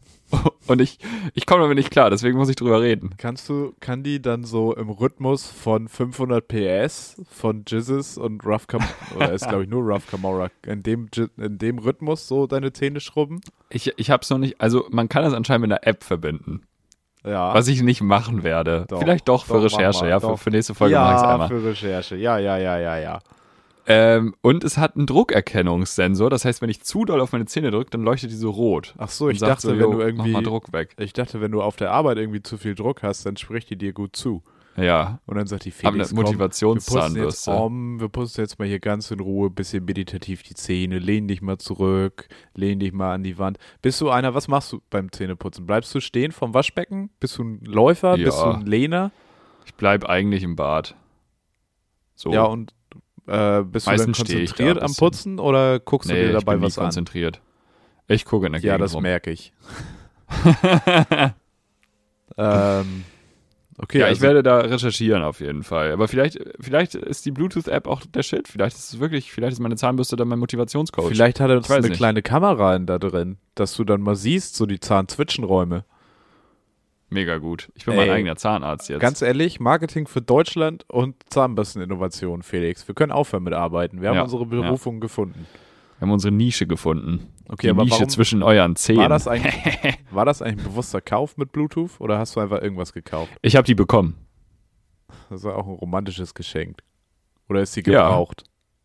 Und ich, ich komme damit nicht klar, deswegen muss ich drüber reden.
Kannst du, kann die dann so im Rhythmus von 500 PS von Jizzes und Rough
[laughs]
Cam oder ist glaube ich nur Rough Camora, in dem, Ji- in dem Rhythmus so deine Zähne schrubben?
Ich, ich habe es noch nicht, also man kann das anscheinend mit einer App verbinden,
Ja.
was ich nicht machen werde.
Doch,
Vielleicht doch für
doch, mach
Recherche,
mal,
ja, für,
doch.
für nächste Folge mache ich es
ja,
einmal.
für Recherche. Ja, ja, ja, ja, ja.
Ähm, und es hat einen Druckerkennungssensor, das heißt, wenn ich zu doll auf meine Zähne drücke, dann leuchtet die so rot.
Ach so,
Und
ich
sagt
dachte,
so,
wenn
"Jo,
du irgendwie
Mach mal Druck weg.
Ich dachte, wenn du auf der Arbeit irgendwie zu viel Druck hast, dann spricht die dir gut zu.
Ja,
Und dann sagt die
aber eine
Felix, komm, wir putzen jetzt
Motivationszahnbürste.
um, wir putzen jetzt mal hier ganz in Ruhe, bisschen meditativ die Zähne, lehn dich mal zurück, lehn dich mal an die Wand. Bist du einer, was machst du beim Zähneputzen? Bleibst du stehen vom Waschbecken? Bist du ein Läufer?
Ja.
Bist du ein Lehner?
Ich bleib eigentlich im Bad. So.
Ja, und äh, bist
Meistens
du dann
steh ich da
konzentriert
ein
am
bisschen.
Putzen oder guckst du
nee,
dir
ich bin
dabei
nie
was an?
konzentriert. Ich gucke in der
Ja,
Gegend
das
rum. [laughs]
merke ich. ähm, okay,
Ja,
also
ich werde da recherchieren auf jeden Fall. Aber vielleicht, vielleicht ist die Bluetooth-App auch der Shit. Vielleicht ist es wirklich, vielleicht ist meine Zahnbürste dann mein Motivationscoach.
Vielleicht hat er
Ich
uns
weiß
eine
nicht.
kleine Kamera in da drin, dass du dann mal siehst, so die Zahnzwischenräume.
Mega gut. Ich bin
Ey.
mein eigener Zahnarzt jetzt.
Ganz ehrlich, Marketing für Deutschland und Zahnbürsteninnovation, Felix. Wir können aufhören mit Arbeiten. Wir haben
Ja,
unsere Berufung gefunden.
Wir haben unsere Nische gefunden.
Okay,
die
aber
Nische
warum-
zwischen euren Zähnen.
War das,
[laughs]
eigentlich, war das eigentlich ein bewusster Kauf mit Bluetooth oder hast du einfach irgendwas gekauft?
ich habe die bekommen.
Das war auch ein romantisches Geschenk. Oder ist sie
Ja.
gebraucht?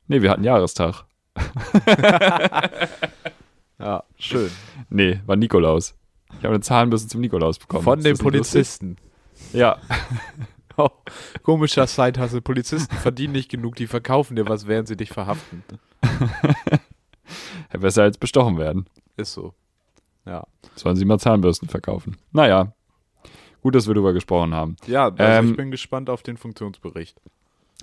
Nee, wir hatten Jahrestag.
Ja, schön.
Nee, war Nikolaus. Ich habe eine Zahnbürste zum Nikolaus bekommen.
Von
Ist
dem
das nicht lustig?
Polizisten.
Ja. [laughs]
Oh,
Genau.
komischer Sidehassel. Polizisten verdienen nicht genug, die verkaufen dir was, während sie dich verhaften.
Besser als bestochen werden.
Ist so. Ja.
Sollen sie mal Zahnbürsten verkaufen. Naja. Gut, dass wir drüber gesprochen haben.
Ja, also
Ähm,
ich bin gespannt auf den Funktionsbericht.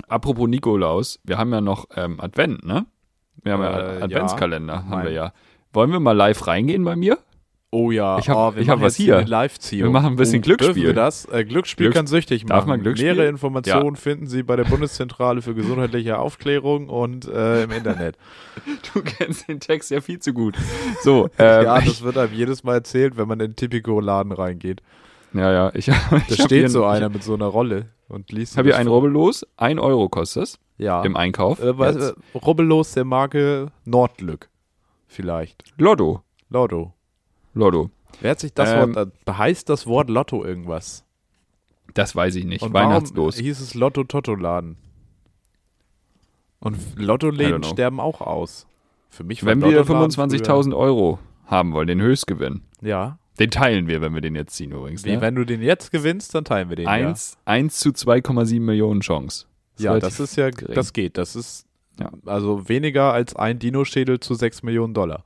Apropos Nikolaus, wir haben ja noch ähm, Advent, ne? Wir haben ja
Äh,
Ad-
ja.
Adventskalender, haben
Nein.
wir ja. Wollen wir mal live reingehen bei mir?
Oh ja,
Ich hab-
oh, wir
ich hab
machen
was
jetzt
hier.
eine Live-Ziehung.
Wir machen ein bisschen
oh,
Glücksspiel.
Dürfen wir das? Äh, Glücksspiel
Glücks-
kann süchtig machen.
Darf man Glücksspiel?
Nähere Informationen finden Sie bei der Bundeszentrale für gesundheitliche Aufklärung und äh, im Internet.
Du kennst den Text ja viel zu gut. So, [laughs] ähm,
[laughs] ja,
ja,
das wird einem jedes Mal erzählt, wenn man in den Tipico-Laden reingeht.
[laughs] ja, ich, da
Da
ich hab
steht
hier,
so
ein-
einer mit so einer Rolle und liest.
Ich habe
das
hier einen
vor.
Rubbellos, ein Euro kostet es
Ja.
im Einkauf.
äh, was,
Jetzt.
äh, rubbellos der Marke Nordglück. Vielleicht.
Lotto,
Lotto.
Lotto.
Wer hat sich das
Ähm,
Wort, äh, heißt das Wort Lotto irgendwas?
Das weiß ich nicht.
Und
Weihnachtslos.
warum hieß es Lotto-Totto-Laden? Und
I don't
Lotto-Läden
know.
sterben auch aus. Für mich war
Wenn wir
Lotto-Laden
25.000 Euro haben wollen, den Höchstgewinn,
früher- Ja,
Den teilen wir, wenn wir den jetzt ziehen übrigens.
Wie,
ne?
wenn du den jetzt gewinnst, dann teilen wir den.
Eins, eins zu 2,7 Millionen Chance. Ist
ja, ja
relativ-
das ist ja,
gering.
das geht. Das ist
Ja.
also weniger als ein Dino-Schädel zu 6 Millionen Dollar.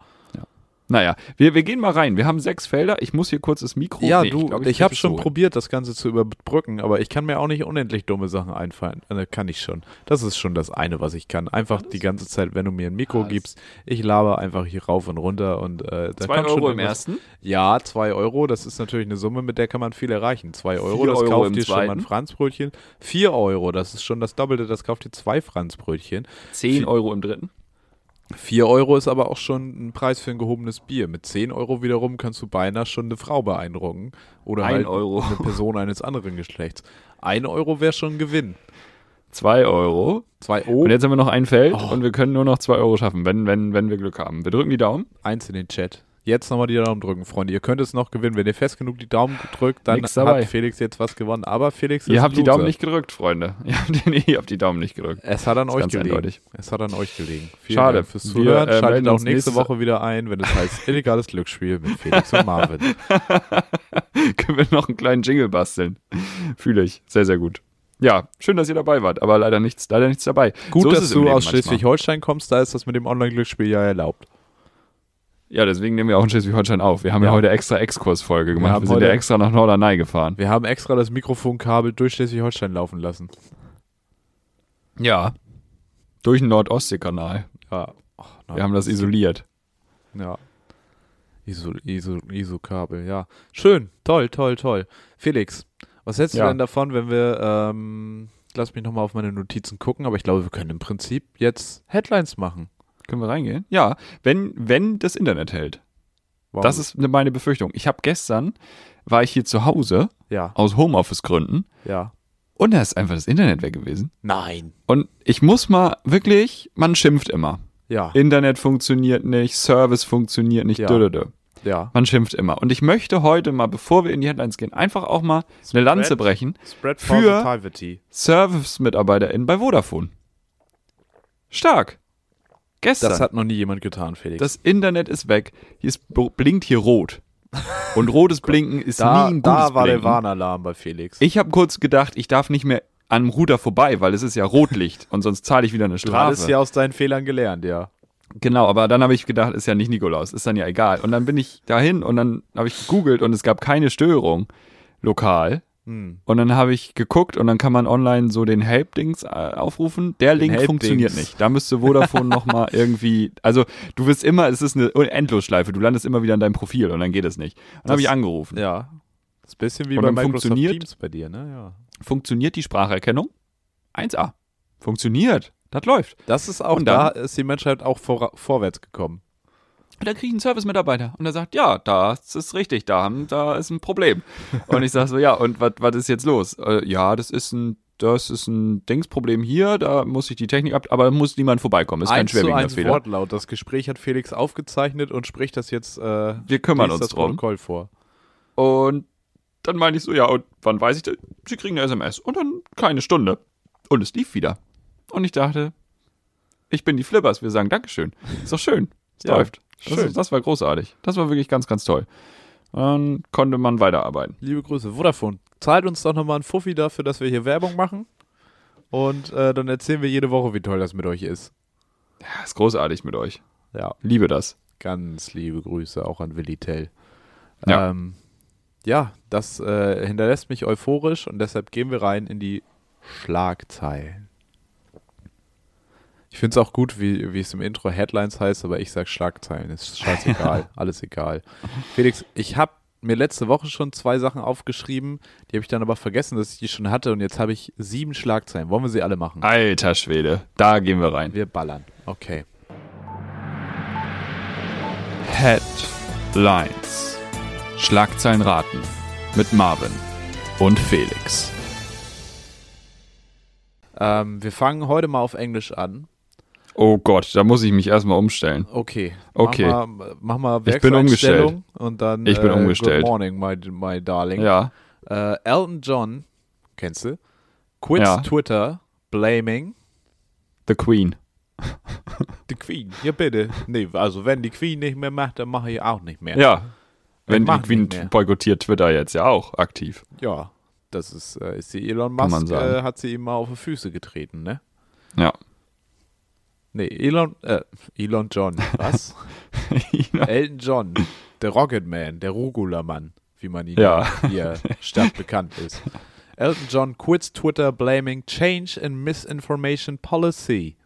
Naja, wir, wir gehen mal rein. Wir haben sechs Felder. Ich muss hier kurz das Mikro.
ja,
Nee,
du, ich,
glaub,
habe
kippe es
schon
so.
probiert, das Ganze zu überbrücken, aber ich kann mir auch nicht unendlich dumme Sachen einfallen. Äh, kann ich schon. Das ist schon das eine, was ich kann. Einfach die ganze Zeit, wenn du mir ein Mikro
Alles.
gibst, ich laber einfach hier rauf und runter und äh, da
Zwei
kommt schon
Euro im
irgendwas-
ersten.
Ja, 2 Euro, das ist natürlich eine Summe, mit der kann man viel erreichen. 2 Euro,
Vier
das
Euro im
kauft dir schon mal ein
zweiten.
Franzbrötchen. 4 Euro, das ist schon das Doppelte, das kauft dir zwei Franzbrötchen.
Zehn Euro im dritten.
4 Euro ist aber auch schon ein Preis für ein gehobenes Bier. Mit 10 Euro wiederum kannst du beinahe schon eine Frau beeindrucken. Oder
Ein
halt
Euro.
eine Person eines anderen Geschlechts. 1 Euro wäre schon ein Gewinn.
Zwei Euro.
2
Und
O,
jetzt haben wir noch ein Feld
Oh.
und wir können nur noch zwei Euro schaffen, wenn, wenn, wenn wir Glück haben. Wir drücken die Daumen.
1 in den Chat. Jetzt nochmal die Daumen drücken, Freunde. Ihr könnt es noch gewinnen. Wenn ihr fest genug die Daumen drückt, dann
Nix dabei.
hat Felix jetzt was gewonnen. Aber Felix ist
Ihr
ein
habt die Daumen
Loser.
nicht gedrückt, Freunde. [laughs] Ihr habt, nee, ihr habt die Daumen nicht gedrückt. [laughs]
Es hat an
Ist
euch
ganz
gelegen.
eindeutig.
Es hat an euch gelegen. Vielen
Schade.
Dank fürs
Wir,
Zuhören.
äh,
Schaltet
melden
auch
uns
nächste
nächste-
Woche wieder ein, wenn es heißt illegales Glücksspiel mit Felix und Marvin.
können wir noch einen kleinen Jingle basteln. [laughs] Fühle ich. Sehr, sehr gut. Ja, schön, dass ihr dabei wart, aber leider nichts, leider nichts dabei.
Gut,
So ist
dass
es im
du
Leben
aus
manchmal.
Schleswig-Holstein kommst, da ist das mit dem Online-Glücksspiel ja erlaubt.
Ja, deswegen nehmen wir auch in Schleswig-Holstein auf. Wir haben ja,
Ja.
heute extra Exkursfolge gemacht. Wir,
haben
sind ja
heute-
extra nach Norderney gefahren.
Wir haben extra das Mikrofonkabel durch Schleswig-Holstein laufen lassen.
Ja. Durch den Nordostseekanal.
Ja. Ach, nein.
Wir haben das isoliert.
Ja. ISO, ISO, ISO-Kabel, ja. Schön, toll, toll, toll. Felix, was hältst
Ja.
du denn davon, wenn wir, ähm, lass mich nochmal auf meine Notizen gucken, aber ich glaube, wir können im Prinzip jetzt Headlines machen.
Können wir reingehen? Ja, wenn, wenn das Internet hält.
Warum-
Das ist ne, meine Befürchtung. Ich habe gestern, war ich hier zu Hause,
Ja,
aus Homeoffice-Gründen,
ja.
und da ist einfach das Internet weg gewesen.
Nein.
Und ich muss mal wirklich, man schimpft immer.
Ja,
Internet funktioniert nicht, Service funktioniert nicht,
Ja.
dödödö.
ja.
Man schimpft immer. Und ich möchte heute mal, bevor wir in die Headlines gehen, einfach auch mal eine Lanze
Spread.
brechen.
Spread
Für-
positivity.
Service-MitarbeiterInnen bei Vodafone. Stark. Gestern.
Das hat noch nie jemand getan, Felix.
Das Internet ist weg. Hier ist, blinkt hier rot. Und rotes
[laughs]
Blinken ist
da
nie ein gutes
da war der
Blinken.
Warnalarm bei Felix.
Ich habe kurz gedacht, ich darf nicht mehr am Router vorbei, weil es ist ja Rotlicht und sonst zahle ich wieder eine
du hattest
Strafe.
ja aus deinen Fehlern gelernt, ja.
Genau, aber dann habe ich gedacht, ist ja nicht Nikolaus, ist dann ja egal. Und dann bin ich dahin und dann habe ich gegoogelt und es gab keine Störung lokal.
Hm.
Und dann habe ich geguckt und dann kann man online so den Help-Dings äh, aufrufen. Der Link
Help-Dings.
funktioniert nicht. Da müsste Vodafone
[laughs]
nochmal irgendwie. Also, du wirst immer, es ist eine Endlosschleife. Du landest immer wieder in deinem Profil und dann geht es nicht. Und dann
Das-
habe ich angerufen.
Ja. Das ist ein bisschen wie
Und
bei
dann
Microsoft
funktioniert-
Teams bei dir, ne? Ja.
Funktioniert die Spracherkennung? 1A. Funktioniert. Das läuft.
Das ist auch,
Und dann-
da ist die Menschheit auch vor, vorwärts gekommen.
Und dann kriege ich einen Service-Mitarbeiter und der sagt, ja, das ist richtig, da, haben, da ist ein Problem. Und ich sage so, ja, und was ist jetzt los? Äh, ja, das ist ein, das ist ein Dingsproblem hier, da muss ich die Technik ab, aber da muss niemand vorbeikommen, ist kein
eins zu
schwerwiegender
eins
Fehler.
Wortlaut. Das Gespräch hat Felix aufgezeichnet und spricht das jetzt, äh,
Wir kümmern
liest
uns
das
drum.
Protokoll vor.
Und dann meine ich so, ja, und wann weiß ich das? Sie kriegen eine SMS und dann keine Stunde. Und es lief wieder. Und ich dachte, ich bin die Flippers, wir sagen Dankeschön. Ist doch schön, es
Ja,
läuft. Das,
schön.
ist- das war großartig. Das war wirklich ganz, ganz toll. Dann konnte man weiterarbeiten.
Liebe Grüße, Vodafone. Zahlt uns doch nochmal einen Fuffi dafür, dass wir hier Werbung machen. Und äh, dann erzählen wir jede Woche, wie toll das mit euch ist.
Ja, ist großartig mit euch.
Ja.
Liebe das.
Ganz liebe Grüße auch an Willi Tell.
Ja.
ähm, ja das äh, hinterlässt mich euphorisch und deshalb gehen wir rein in die Schlagzeilen. Ich finde es auch gut, wie, wie es im Intro Headlines heißt, aber ich sage Schlagzeilen. Ist scheißegal, alles egal. Felix, ich habe mir letzte Woche schon zwei Sachen aufgeschrieben, die habe ich dann aber vergessen, dass ich die schon hatte und jetzt habe ich sieben Schlagzeilen. Wollen wir sie alle
Ah.
machen?
Alter Schwede, da gehen wir rein.
Wir ballern. Okay.
Headlines. Schlagzeilen raten mit Marvin und Felix.
Ähm, wir fangen heute mal auf Englisch an.
Oh Gott, da muss ich mich erstmal umstellen.
Okay.
Okay.
Mach mal, mach mal
Ich bin umgestellt.
Werkseinstellung und dann.
Ich bin
äh,
umgestellt.
Good morning, my, my darling.
Ja,
Äh, Elton John, kennst du? Quits
Ja.
Twitter blaming
The Queen.
the Queen. Ja, bitte. Nee, also wenn die Queen nicht mehr macht, dann mache ich auch nicht mehr.
Ja. Wenn
macht
Queen
nicht mehr.
boykottiert Twitter jetzt ja auch aktiv.
Ja, das ist, äh, ist die Elon
Kann man
Musk,
sagen.
äh, hat sie ihm mal auf die Füße getreten, ne? [laughs]
Ja.
Nee, Elon, äh, Elon John,
[laughs]
was? Elton John, der Rocketman, der Rugula-Mann, wie man ihn
Ja.
hier stark bekannt ist. Elton John quits Twitter blaming change in misinformation policy.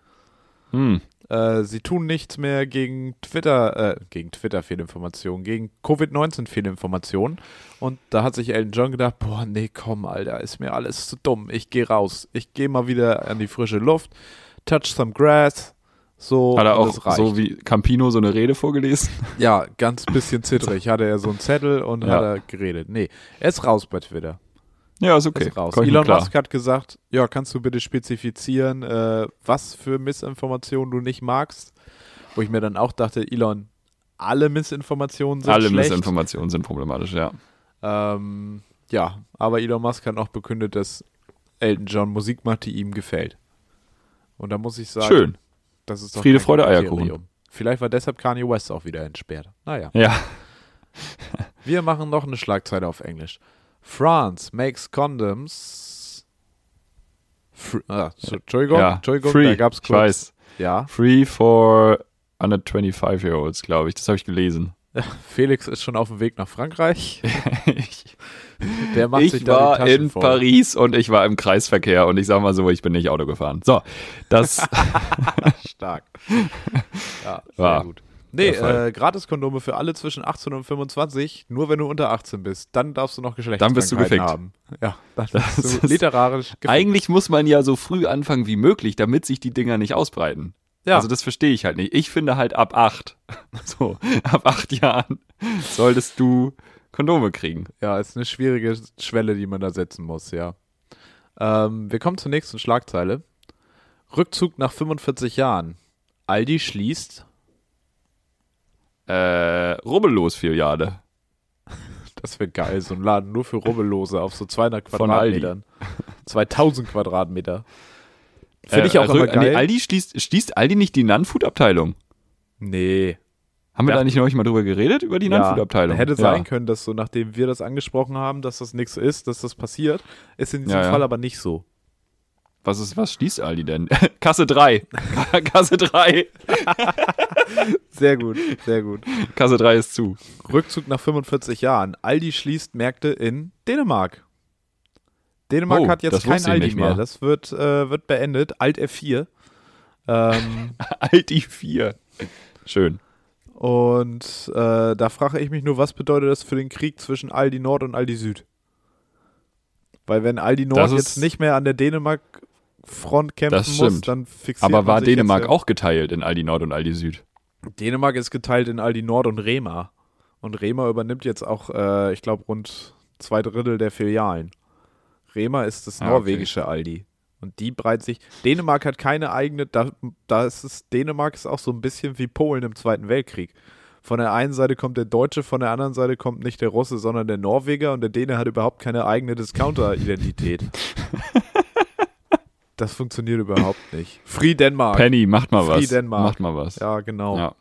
Hm.
Äh, sie tun nichts mehr gegen Twitter, äh, gegen Twitter-Fehlinformationen, gegen Covid-19-Fehlinformationen. Und da hat sich Elton John gedacht, boah, nee, komm, Alter, ist mir alles zu dumm. Ich gehe raus. Ich gehe mal wieder an die frische Luft, touch some grass. So,
Hat er
und das
auch
Oh, reicht.
so wie Campino so eine Rede vorgelesen?
Ja, ganz bisschen zittrig. Hatte er so einen Zettel und
Ja.
hat er geredet. Nee, er ist raus bei Twitter.
Ja, ist
Er
okay.
Ist raus.
Komm ich mit
Elon
klar.
Musk hat gesagt, ja, kannst du bitte spezifizieren, äh, was für Missinformationen du nicht magst? Wo ich mir dann auch dachte, Elon, alle Missinformationen sind
Alle
schlecht.
Missinformationen sind problematisch, ja.
ähm, ja, aber Elon Musk hat auch bekündet, dass Elton John Musik macht, die ihm gefällt. Und da muss ich sagen,
Schön.
das ist doch
Friede,
kein
Freude,
Kriterium.
Eierkuchen.
Vielleicht war deshalb Kanye West auch wieder entsperrt. Naja.
Ja.
Wir machen noch eine Schlagzeile auf Englisch. France makes condoms. Fr ah, so, Entschuldigung,
ja.
Entschuldigung,
Free.
da gab's
ich
kurz.
weiß.
Ja,
Free for under 25-year-olds, glaube ich. Das habe ich gelesen.
Felix ist schon auf dem Weg nach Frankreich.
[laughs] ich
Der macht sich
ich
da die
war
Taschen
in
voll.
Paris und ich war im Kreisverkehr und ich sag mal so, ich bin nicht Auto gefahren. So,
[laughs]
das [laughs]
Stark. Ja, sehr
War
gut. Nee,
der Fall.
äh, Gratiskondome für alle zwischen 18 und 25, nur wenn du unter 18 bist. Dann darfst du noch Geschlechtskrankheiten
Dann bist du gefickt.
haben. Ja, dann
Das
bist du
ist-
literarisch gefickt.
eigentlich muss man ja so früh anfangen wie möglich, damit sich die Dinger nicht ausbreiten.
Ja.
Also das verstehe ich halt nicht. Ich finde halt ab acht, [laughs] so ab acht Jahren solltest du Kondome kriegen.
Ja, ist eine schwierige Schwelle, die man da setzen muss, ja. Ähm, wir kommen zur nächsten Schlagzeile. Rückzug nach 45 Jahren. Aldi schließt.
Äh, rubbellos Filiale.
Das wäre geil, so ein Laden nur für Rubbellose auf so 200
Von Aldi.
Quadratmetern. 2000 Quadratmeter. also Finde ich
Äh,
auch immer
Rö-
geil.
Nee, Aldi schließt, schließt Aldi nicht die Nanfood-Abteilung?
nee.
Haben wir
Ja.
da nicht neulich mal drüber geredet, über die Nanfood-Abteilung?
Hätte sein können, dass so, nachdem wir das angesprochen haben, dass das nichts ist, dass das passiert. Ist in diesem
Ja, ja.
Fall aber nicht so.
Was, ist, was schließt Aldi denn? [laughs] Kasse 3. Kasse 3.
Sehr gut, sehr gut.
Kasse 3 ist zu. [laughs]
Rückzug nach 45 Jahren. Aldi schließt Märkte in Dänemark. Dänemark
Oh,
hat jetzt
das
kein
wusste ich
Aldi
nicht
mehr.
mal.
Das wird, äh, wird beendet. Alt F4.
[laughs]
Ähm,
Aldi 4. Schön.
und äh, da frage ich mich nur, was bedeutet das für den Krieg zwischen Aldi Nord und Aldi Süd? Weil wenn Aldi Nord
Das ist-
jetzt nicht mehr an der Dänemark-Front
Das
kämpfen
stimmt.
muss, dann fixiert
Aber
man
war
sich jetzt
Dänemark
ja-
auch geteilt in Aldi Nord und Aldi Süd?
Dänemark ist geteilt in Aldi Nord und Rema. Und Rema übernimmt jetzt auch, äh, ich glaube, rund zwei Drittel der Filialen. Rema ist das
Ah, okay.
norwegische Aldi. Und die breit sich. Dänemark hat keine eigene, da, da ist es, Dänemark ist auch so ein bisschen wie Polen im Zweiten Weltkrieg. Von der einen Seite kommt der Deutsche, von der anderen Seite kommt nicht der Russe, sondern der Norweger und der Däne hat überhaupt keine
[laughs]
eigene Discounter-Identität. das funktioniert überhaupt nicht. Free Denmark.
Penny, macht mal
Ah, Free
was.
Denmark.
Macht mal was.
Ja, genau.
Ja.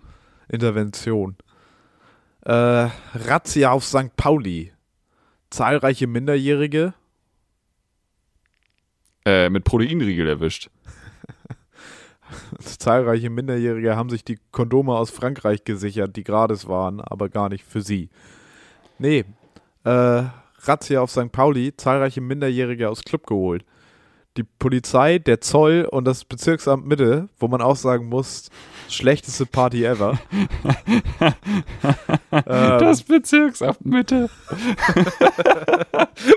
Intervention. Äh, Razzia auf St. Pauli. Zahlreiche Minderjährige. [laughs]
Äh, mit Proteinriegel erwischt.
Zahlreiche Minderjährige haben sich die Kondome aus Frankreich gesichert, die gratis waren, aber gar nicht für sie. Nee, äh, Razzia auf St. Pauli, zahlreiche Minderjährige aus Club geholt. Die Polizei, der Zoll und das Bezirksamt Mitte, wo man auch sagen muss, schlechteste Party ever. ähm,
Das Bezirksamt Mitte.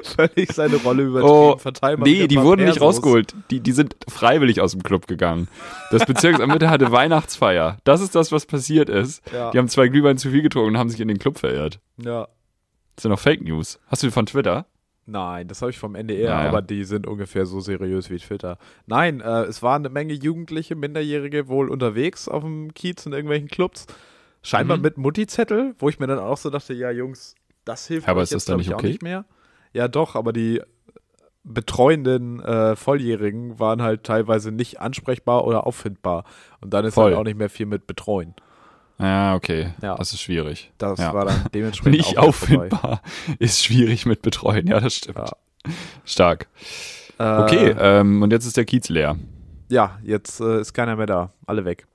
völlig seine Rolle übertrieben.
Oh,
Verteil mal wieder
Nee,
ein
die
paar
wurden nicht
Persos.
rausgeholt. Die, die sind freiwillig aus dem Club gegangen. Das Bezirksamt Mitte hatte [laughs] Weihnachtsfeier. Das ist das, was passiert ist.
Ja.
Die haben zwei Glühwein zu viel getrunken und haben sich in den Club verirrt.
Ja.
Das sind noch Fake News. Hast du die von Twitter?
Nein, das habe ich vom NDR,
Naja.
aber die sind ungefähr so seriös wie Twitter. Nein, äh, es waren eine Menge Jugendliche, Minderjährige wohl unterwegs auf dem Kiez in irgendwelchen Clubs. Scheinbar
Mhm.
mit Mutti-Zettel, wo ich mir dann auch so dachte, ja Jungs, das hilft
Ja, aber
euch
ist das
jetzt,
dann
glaub
nicht
ich,
okay?
auch nicht mehr. Ja doch, aber die betreuenden äh, Volljährigen waren halt teilweise nicht ansprechbar oder auffindbar. Und dann ist
Voll.
halt auch nicht mehr viel mit betreuen.
Ja, Ah, okay.
Ja.
Das ist schwierig.
Das
Ja. [laughs]
war dann dementsprechend
Nicht
auch wieder vorbei.
auffindbar [laughs] ist schwierig mit betreuen. Ja, das stimmt.
Ja.
Stark.
Äh,
Okay, ähm, und jetzt ist der Kiez leer.
Ja, jetzt äh, ist keiner mehr da. Alle weg.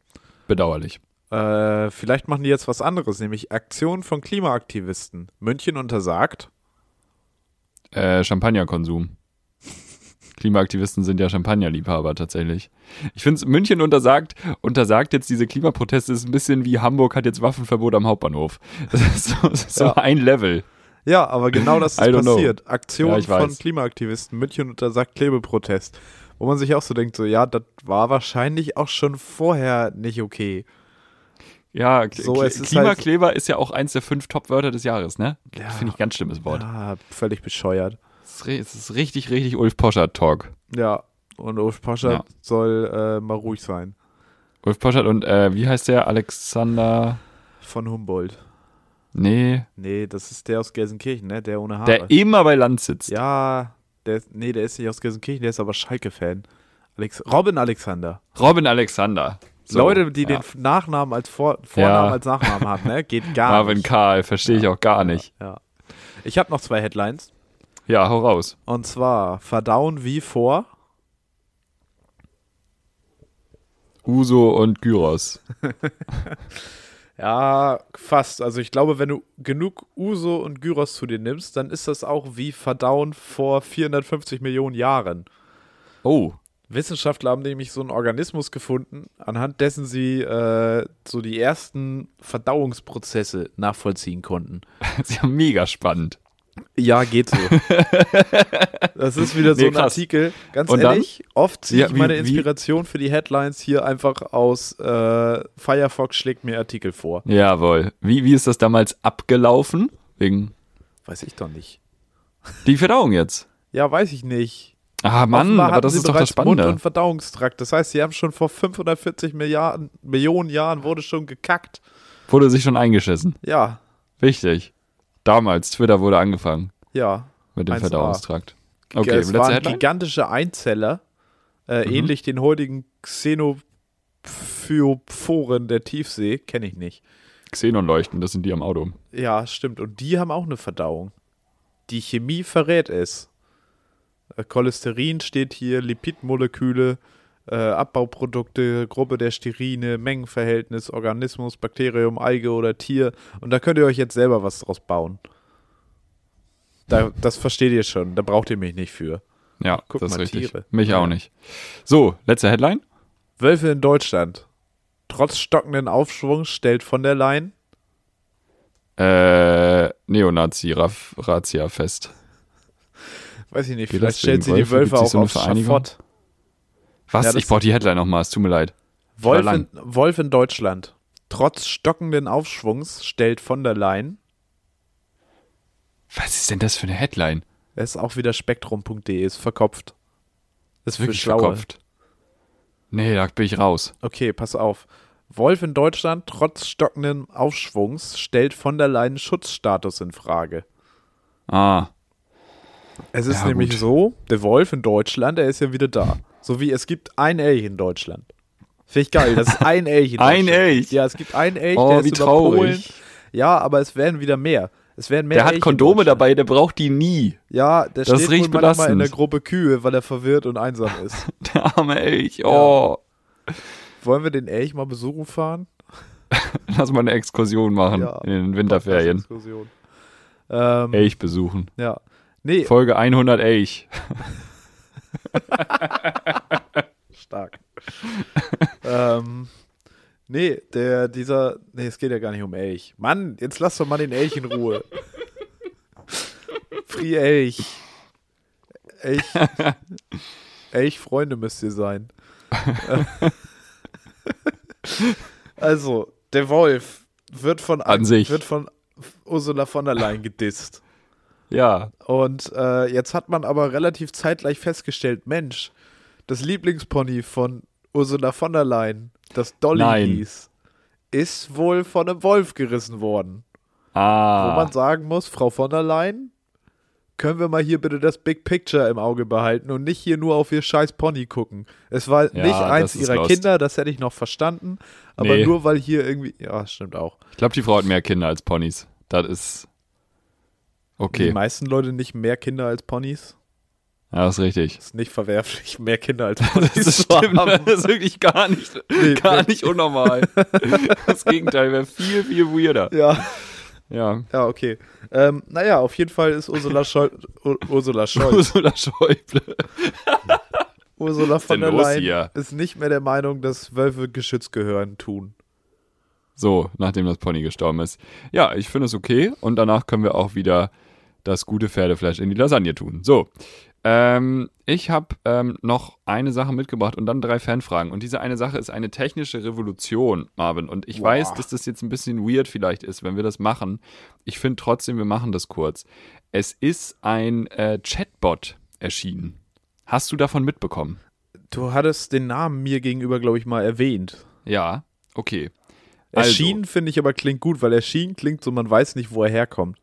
Bedauerlich.
Äh, vielleicht machen die jetzt was anderes, nämlich Aktionen von Klimaaktivisten. München untersagt.
Äh, Champagnerkonsum. Klimaaktivisten sind ja Champagnerliebhaber tatsächlich. Ich finde es, München untersagt, untersagt jetzt diese Klimaproteste, ist ein bisschen wie Hamburg hat jetzt Waffenverbot am Hauptbahnhof. [laughs] Das ist so, das ist so
Ja.
ein Level.
Ja, aber genau
[laughs]
das
I
ist
don't know.
passiert. Aktion
Ja, ich
von
weiß.
Klimaaktivisten. München untersagt Klebeprotest. Wo man sich auch so denkt, so, ja, das war wahrscheinlich auch schon vorher nicht okay.
Ja, K-
So,
K-
es ist halt
Klimakleber ist ja auch eins der fünf Top-Wörter des Jahres, ne?
Ja.
Finde ich ganz schlimmes Wort.
Ah, völlig bescheuert.
Es ist ri- Es ist richtig, richtig Ulf Poschert-Talk.
Ja, und Ulf Poschert
Ja.
soll äh, mal ruhig sein.
Ulf Poschert und äh, wie heißt der? Alexander.
Von Humboldt.
Nee,
Nee, das ist der aus Gelsenkirchen, ne? Der ohne Haare.
der immer bei Land sitzt.
ja, der ist, nee, der ist nicht aus Gelsenkirchen, der ist aber Schalke-Fan. Alex Robin Alexander.
Robin Alexander. So,
Leute, die
ja.
den F- Nachnamen als Vor Vornamen als Nachnamen haben, ne? [laughs] Geht gar
Marvin
nicht.
Karl, verstehe ich auch gar nicht.
Ja. Ich habe noch zwei Headlines.
Ja, hau raus.
Und zwar Verdauen wie vor.
Uso und Gyros.
Ja, fast. Also ich glaube, wenn du genug Uso und Gyros zu dir nimmst, dann ist das auch wie Verdauen vor 450 Millionen Jahren.
Oh, [laughs]
Wissenschaftler haben nämlich so einen Organismus gefunden, anhand dessen sie äh, so die ersten Verdauungsprozesse nachvollziehen konnten.
das ist ja mega spannend.
Ja, geht
[laughs]
so. das ist wieder so
Nee,
ein
krass.
Artikel. Ganz
Und dann?
ehrlich, oft ziehe
Ja,
ich
wie-
meine
wie-
Inspiration für die Headlines hier einfach aus äh, Firefox schlägt mir Artikel vor.
Jawohl. Wie, wie ist das damals abgelaufen? Wegen
Weiß ich doch nicht.
die Verdauung jetzt.
Ja, weiß ich nicht.
Ah, Mann,
Offenbar
aber das
hatten
ist
sie
doch das
bereits Mund-
Spannende.
und Verdauungstrakt. Das heißt, sie haben schon vor 540 Milliarden, Millionen Jahren wurde schon gekackt.
Wurde sich schon eingeschissen.
Ja,
Wichtig. Damals, Twitter wurde angefangen
ja.
mit dem
1A.
Verdauungstrakt. Okay,
es
letzte
waren
Headline. Mhm.
gigantische Einzeller, äh, ähnlich den heutigen Xenophophoren der Tiefsee. Kenne ich nicht.
Xenonleuchten, das sind die am Auto.
Ja, stimmt. Und die haben auch eine Verdauung. Die Chemie verrät es. Äh, Cholesterin steht hier, Lipidmoleküle, äh, Abbauprodukte, Gruppe der Sterine, Mengenverhältnis, Organismus, Bakterium, Alge oder Tier. Und da könnt ihr euch jetzt selber was draus bauen. Da, das versteht ihr schon. Da braucht ihr mich nicht für.
Ja,
Guck
das ist
mal,
richtig.
Tiere.
Mich
Ja.
auch nicht. So, letzte Headline.
Wölfe in Deutschland. Trotz stockenden Aufschwungs stellt von der Leyen.
Äh, Neonazi-Razzia fest.
Weiß ich nicht,
Geht
vielleicht
das
stellt sie
wegen
die
Wölfe?
Wölfe
Gibt's
auch
nicht so eine
aufs
Vereinigung?
Schafott.
Was?
Ja, das-
ich brauche die Headline nochmal, es tut mir leid.
Wolf
War
in, Wolf in Deutschland. Trotz stockenden Aufschwungs stellt von der Leyen,
Was ist denn das für eine Headline?
es ist auch wieder spektrum.de, ist verkopft. Ist für
Wirklich
Schlaue.
verkopft. Nee, da bin ich raus.
Okay, pass auf. Wolf in Deutschland, trotz stockenden Aufschwungs, stellt von der Leyen Schutzstatus in Frage.
Ah,
Es ist
Ja,
nämlich
gut.
so, der Wolf in Deutschland, der ist ja wieder da. So wie es gibt ein Elch in Deutschland. Finde ich geil, das ist [laughs] ein Elch in
Ein
Deutschland.
Elch?
Ja, es gibt ein Elch,
Oh,
der ist
wie
über
traurig.
Polen. Ja, aber es werden wieder mehr. Es werden mehr
der
Elche
hat
in
Kondome
Deutschland.
dabei, der braucht die nie.
Ja, der
Das
steht
riecht
wohl manchmal in
belastend.
der Gruppe Kühe, weil er verwirrt und einsam
[laughs]
ist.
[laughs] Der arme Elch. Oh,
Wollen wir den Elch mal besuchen fahren?
lass mal eine Exkursion machen
Ja.
in den Winterferien.
Diskussion. Ähm,
Elch besuchen.
ja. Nee,
Folge 100 Elch.
stark. [laughs] ähm, nee, der, dieser, nee, es geht ja gar nicht um Elch. Mann, jetzt lass doch mal den Elch in
[laughs]
Ruhe. Free Elch. Elch. Elch Freunde müsst
[laughs]
ihr sein. also, der Wolf wird von,
An sich.
wird von Ursula von der Leyen gedisst.
Ja,
Und äh, jetzt hat man aber relativ zeitgleich festgestellt, Mensch, das Lieblingspony von Ursula von der Leyen, das Dolly
Nein.
hieß, ist wohl von einem Wolf gerissen worden. Wo
ah,
man sagen muss, Frau von der Leyen, können wir mal hier bitte das Big Picture im Auge behalten und nicht hier nur auf ihr scheiß Pony gucken. Es war
Ja,
nicht
das
eins
ist
ihrer
lost.
Kinder, das hätte ich noch verstanden, aber
Nee.
nur weil hier irgendwie, ja, stimmt auch.
Ich glaube, die Frau hat mehr Kinder als Ponys. Das ist.
Die
Okay, ja,
meisten Leute nicht mehr Kinder als Ponys.
das ist richtig.
Ist nicht verwerflich, mehr Kinder als Ponys
[laughs] Das
zu
stimmt,
haben.
das ist wirklich gar nicht,
Nee,
gar
nee.
nicht unnormal. Das Gegenteil wäre viel, viel weirder.
Ja,
Ja.
ja, okay. Ähm, naja, auf jeden Fall ist Ursula Schol U
[laughs]
Ursula Scholz,
Ursula Schäuble.
Ursula von
denn
der
los
Leyen
hier?
ist nicht mehr der Meinung, dass Wölfe geschützt gehören tun.
So, nachdem das Pony gestorben ist. Ja, ich finde es okay. Und danach können wir auch wieder das gute Pferdefleisch in die Lasagne tun. So. Ähm, ich habe ähm, noch eine Sache mitgebracht und dann drei Fanfragen. Und diese eine Sache ist eine technische Revolution, Marvin. Und ich
Boah.
weiß, dass das jetzt ein bisschen weird vielleicht ist, wenn wir das machen. Ich finde trotzdem, wir machen das kurz. Es ist ein äh, Chatbot erschienen. Hast du davon mitbekommen?
Du hattest den Namen mir gegenüber, glaube ich, mal erwähnt.
Ja. Okay. Also.
Erschien finde ich aber klingt gut, weil erschien klingt so, man weiß nicht, wo er herkommt.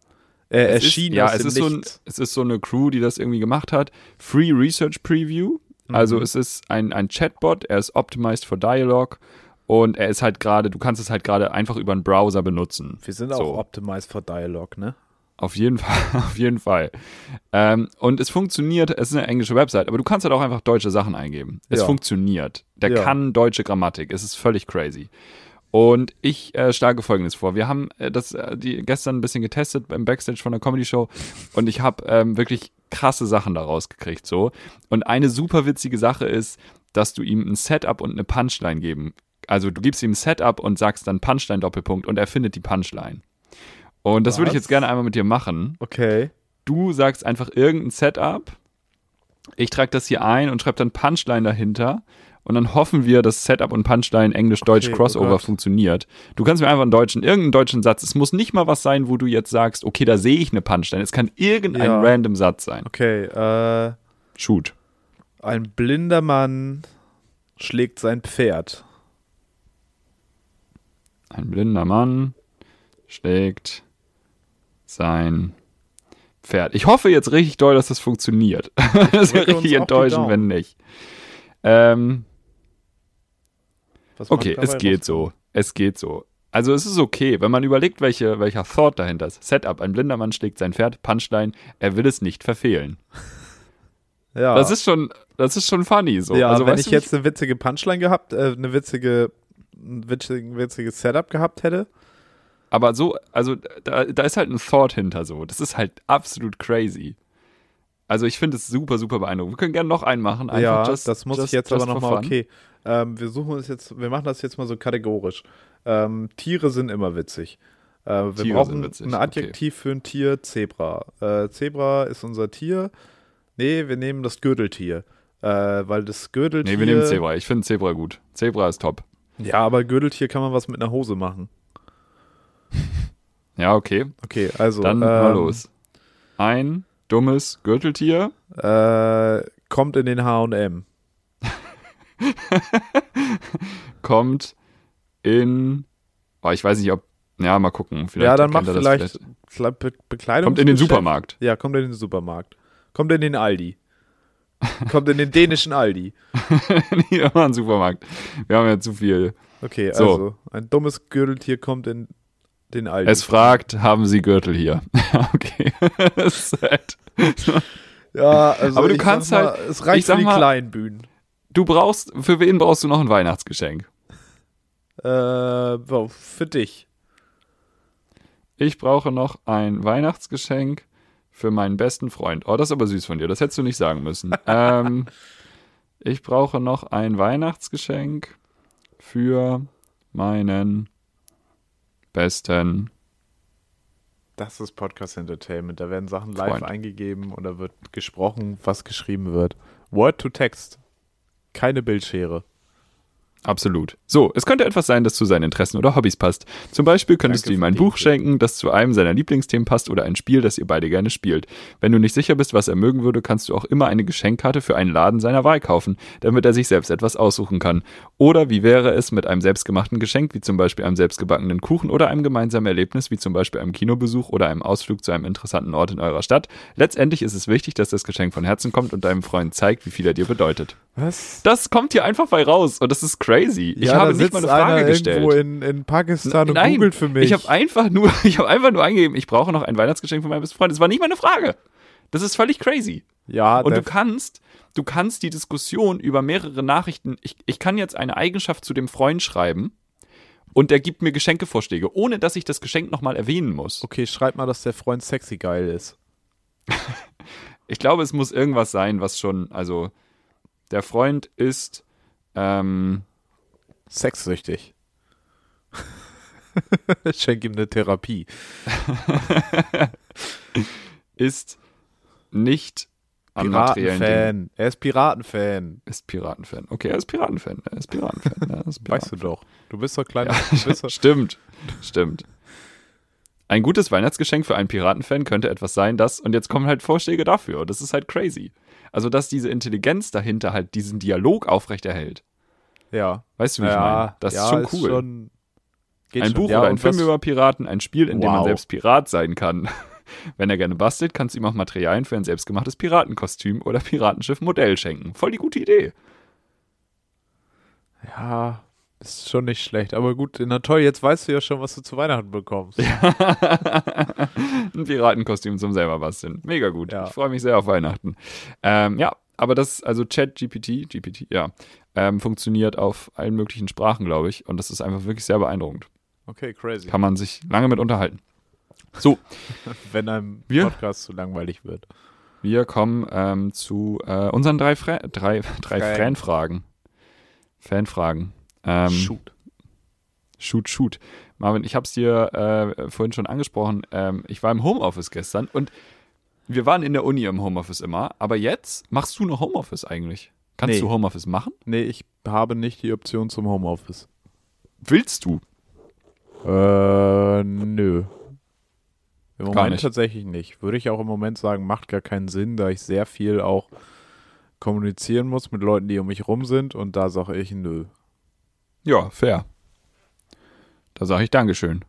Äh,
Es
erschien
ist, ja,
aus
es
dem
ist, so ein,
Nichts.
es ist so eine Crew, die das irgendwie gemacht hat. Free Research Preview.
Mhm.
Also es ist ein, ein Chatbot, er ist optimized for Dialog und er ist halt gerade, du kannst es halt gerade einfach über einen Browser benutzen.
Wir sind
So.
auch optimized for Dialog, ne?
Auf jeden [laughs] Fall, auf jeden Fall. Ähm, und es funktioniert, es ist eine englische Website, aber du kannst halt auch einfach deutsche Sachen eingeben. Es
Ja.
funktioniert. Der
Ja.
kann deutsche Grammatik. Es ist völlig crazy. Und ich äh, schlage folgendes vor. Wir haben äh, das äh, die gestern ein bisschen getestet im Backstage von der Comedy Show und ich habe ähm, wirklich krasse Sachen daraus gekriegt so. Und eine super witzige Sache ist, dass du ihm ein Setup und eine Punchline geben. Also du gibst ihm ein Setup und sagst dann Punchline Doppelpunkt und er findet die Punchline. Und das würde ich
Was?
jetzt gerne einmal mit dir machen
Okay.
du sagst einfach irgendein Setup, ich trage das hier ein und schreibe dann Punchline dahinter und dann hoffen wir, dass Setup und Punchline Englisch-Deutsch
Okay, oh
Crossover
Gott.
funktioniert. Du kannst mir einfach einen deutschen, irgendeinen deutschen Satz, es muss nicht mal was sein, wo du jetzt sagst, okay, da sehe ich eine Punchline, es kann irgendein
Ja.
random Satz sein.
Okay, äh,
Shoot.
ein blinder Mann schlägt sein Pferd.
Ein blinder Mann schlägt sein Pferd. Ich hoffe jetzt richtig doll, dass das funktioniert. [laughs] das wäre
drücke uns
richtig
auch die
enttäuschend,
Daumen.
wenn nicht. Ähm,
Was
Okay,
macht dabei
es geht so. Es geht so. Also es ist okay, wenn man überlegt, welche, welcher Thought dahinter ist. Setup, ein blinder Mann schlägt sein Pferd, Punchline, er will es nicht verfehlen.
was? Ja,
Das ist schon, das ist schon funny so.
Ah. ja
also,
wenn
weißt
ich
du,
jetzt eine witzige Punchline gehabt, äh, eine witzige, ein witziges witziges Setup gehabt hätte.
aber so, also da, da ist halt ein Thought hinter so. Das ist halt absolut crazy. Also ich finde es super, super beeindruckend. Wir können gerne noch einen machen. Einfach
ja,
just,
das muss
just,
ich jetzt
just
aber
for
nochmal,
fun.
okay. Ähm, wir suchen uns jetzt, wir machen das jetzt mal so kategorisch. Ähm, Tiere sind immer witzig. Äh, wir
Tiere
brauchen
sind witzig,
ein
okay.
Adjektiv für ein Tier, Zebra. Äh, Zebra ist unser Tier. Nee, wir nehmen das Gürteltier. Äh, weil das Gürteltier.
Nee, wir nehmen Zebra. Ich finde Zebra gut. Zebra ist top.
Ja, aber Gürteltier kann man was mit einer Hose machen.
Ja, okay.
Okay, also.
Dann
ähm,
mal los. Ein dummes Gürteltier.
Äh, kommt in den HM.
kommt in. Oh, ich weiß nicht, ob. Ja, mal gucken. Vielleicht
Ja, dann
kennt
macht
er das
vielleicht, vielleicht. Be Bekleidung.
Kommt in den Supermarkt. [laughs]
Ja, kommt in den Supermarkt. Kommt in den Aldi. kommt in den dänischen Aldi.
nee, immer ein Supermarkt. Wir haben ja zu viel.
Okay,
So.
also ein dummes Gürteltier kommt in den Aldi.
Es fragt, haben Sie Gürtel hier? [laughs] okay. Sad.
ja, also
Aber du
ich
kannst
sag mal,
halt-
Es reicht
ich sag
für die
mal-
kleinen Bühnen.
Du brauchst, für wen brauchst du noch ein Weihnachtsgeschenk?
Äh, wow, für dich.
Ich brauche noch ein Weihnachtsgeschenk für meinen besten Freund. Oh, das ist aber süß von dir. Das hättest du nicht sagen müssen. ähm, ich brauche noch ein Weihnachtsgeschenk für meinen besten
Das ist Podcast Entertainment. Da werden Sachen live
Freund.
eingegeben und da wird gesprochen, was geschrieben wird. Word to Text. Keine Bildschere.
Absolut. So, es könnte etwas sein, das zu seinen Interessen oder Hobbys passt. Zum Beispiel könntest
Danke
du ihm
für
ein
den
Buch
Tipp.
schenken, das zu einem seiner Lieblingsthemen passt oder ein Spiel, das ihr beide gerne spielt. Wenn du nicht sicher bist, was er mögen würde, kannst du auch immer eine Geschenkkarte für einen Laden seiner Wahl kaufen, damit er sich selbst etwas aussuchen kann. Oder wie wäre es mit einem selbstgemachten Geschenk, wie zum Beispiel einem selbstgebackenen Kuchen oder einem gemeinsamen Erlebnis, wie zum Beispiel einem Kinobesuch oder einem Ausflug zu einem interessanten Ort in eurer Stadt? Letztendlich ist es wichtig, dass das Geschenk von Herzen kommt und deinem Freund zeigt, wie viel er dir bedeutet.
Was?
Das kommt hier einfach bei raus und das ist crazy. Ich habe nicht mal eine Frage
irgendwo
gestellt.
in, in Pakistan und
Nein,
googelt für mich.
Ich habe einfach nur, [laughs] ich habe einfach nur eingegeben, ich brauche noch ein Weihnachtsgeschenk von meinem besten Freund. Das war nicht meine Frage. Das ist völlig crazy.
ja,
Und
der-
du kannst, du kannst die Diskussion über mehrere Nachrichten. Ich, ich kann jetzt eine Eigenschaft zu dem Freund schreiben und er gibt mir Geschenkevorschläge, ohne dass ich das Geschenk nochmal erwähnen muss.
okay, schreib mal, dass der Freund sexy geil ist.
Ich glaube, es muss irgendwas sein, was schon, also der Freund ist. Ähm,
Sexsüchtig. [laughs] Schenk ihm eine Therapie.
ist nicht an materiellen Dingen.
Piratenfan. Er ist Piratenfan.
Ist Piratenfan. Okay, er ist Piratenfan. Er ist Piratenfan. Er [laughs] ist
Weißt
Piraten.
du doch. Du bist doch kleiner.
[laughs]
Du bist doch,
Stimmt. Stimmt. Ein gutes Weihnachtsgeschenk für einen Piratenfan könnte etwas sein, das, und jetzt kommen halt Vorschläge dafür. Das ist halt crazy. Also, dass diese Intelligenz dahinter halt diesen Dialog aufrechterhält.
ja.
Weißt du, wie ich meine? Das
ja,
ist schon cool.
schon- geht
ein
schon.
Buch
ja,
oder ein
und
Film
was-
über Piraten, ein Spiel, in dem man
Wow.
selbst Pirat sein kann. [laughs] Wenn er gerne bastelt, kannst du ihm auch Materialien für ein selbstgemachtes Piratenkostüm oder Piratenschiff-Modell schenken. Voll die gute Idee.
Ja, ist schon nicht schlecht. Aber gut, na toll, jetzt weißt du ja schon, was du zu Weihnachten bekommst.
ein Piratenkostüm zum selber basteln. Mega gut.
Ja.
Ich freue mich sehr auf Weihnachten. Ähm, ja, aber das, also Chat-GPT, GPT, ja, ähm, funktioniert auf allen möglichen Sprachen, glaube ich. Und das ist einfach wirklich sehr beeindruckend.
Okay, crazy.
Kann man sich lange mit unterhalten. So,
Wenn einem
Wir-
Podcast zu langweilig wird.
wir kommen ähm, zu äh, unseren drei, Fra drei, [laughs] drei
Frä-
Fanfragen. Fanfragen. Ähm,
Shoot.
Shoot, shoot. Marvin, ich habe es dir äh, vorhin schon angesprochen. Ähm, ich war im Homeoffice gestern und wir waren in der Uni im Homeoffice immer. Aber jetzt machst du noch Homeoffice eigentlich. Kannst
Nee.
du Homeoffice machen?
Nee, ich habe nicht die Option zum Homeoffice.
Willst du?
Äh, nö. Im Moment
nicht.
tatsächlich nicht. Würde ich auch im Moment sagen, macht gar keinen Sinn, da ich sehr viel auch kommunizieren muss mit Leuten, die um mich rum sind und da sage ich nö.
Ja, fair. Da sage ich Dankeschön.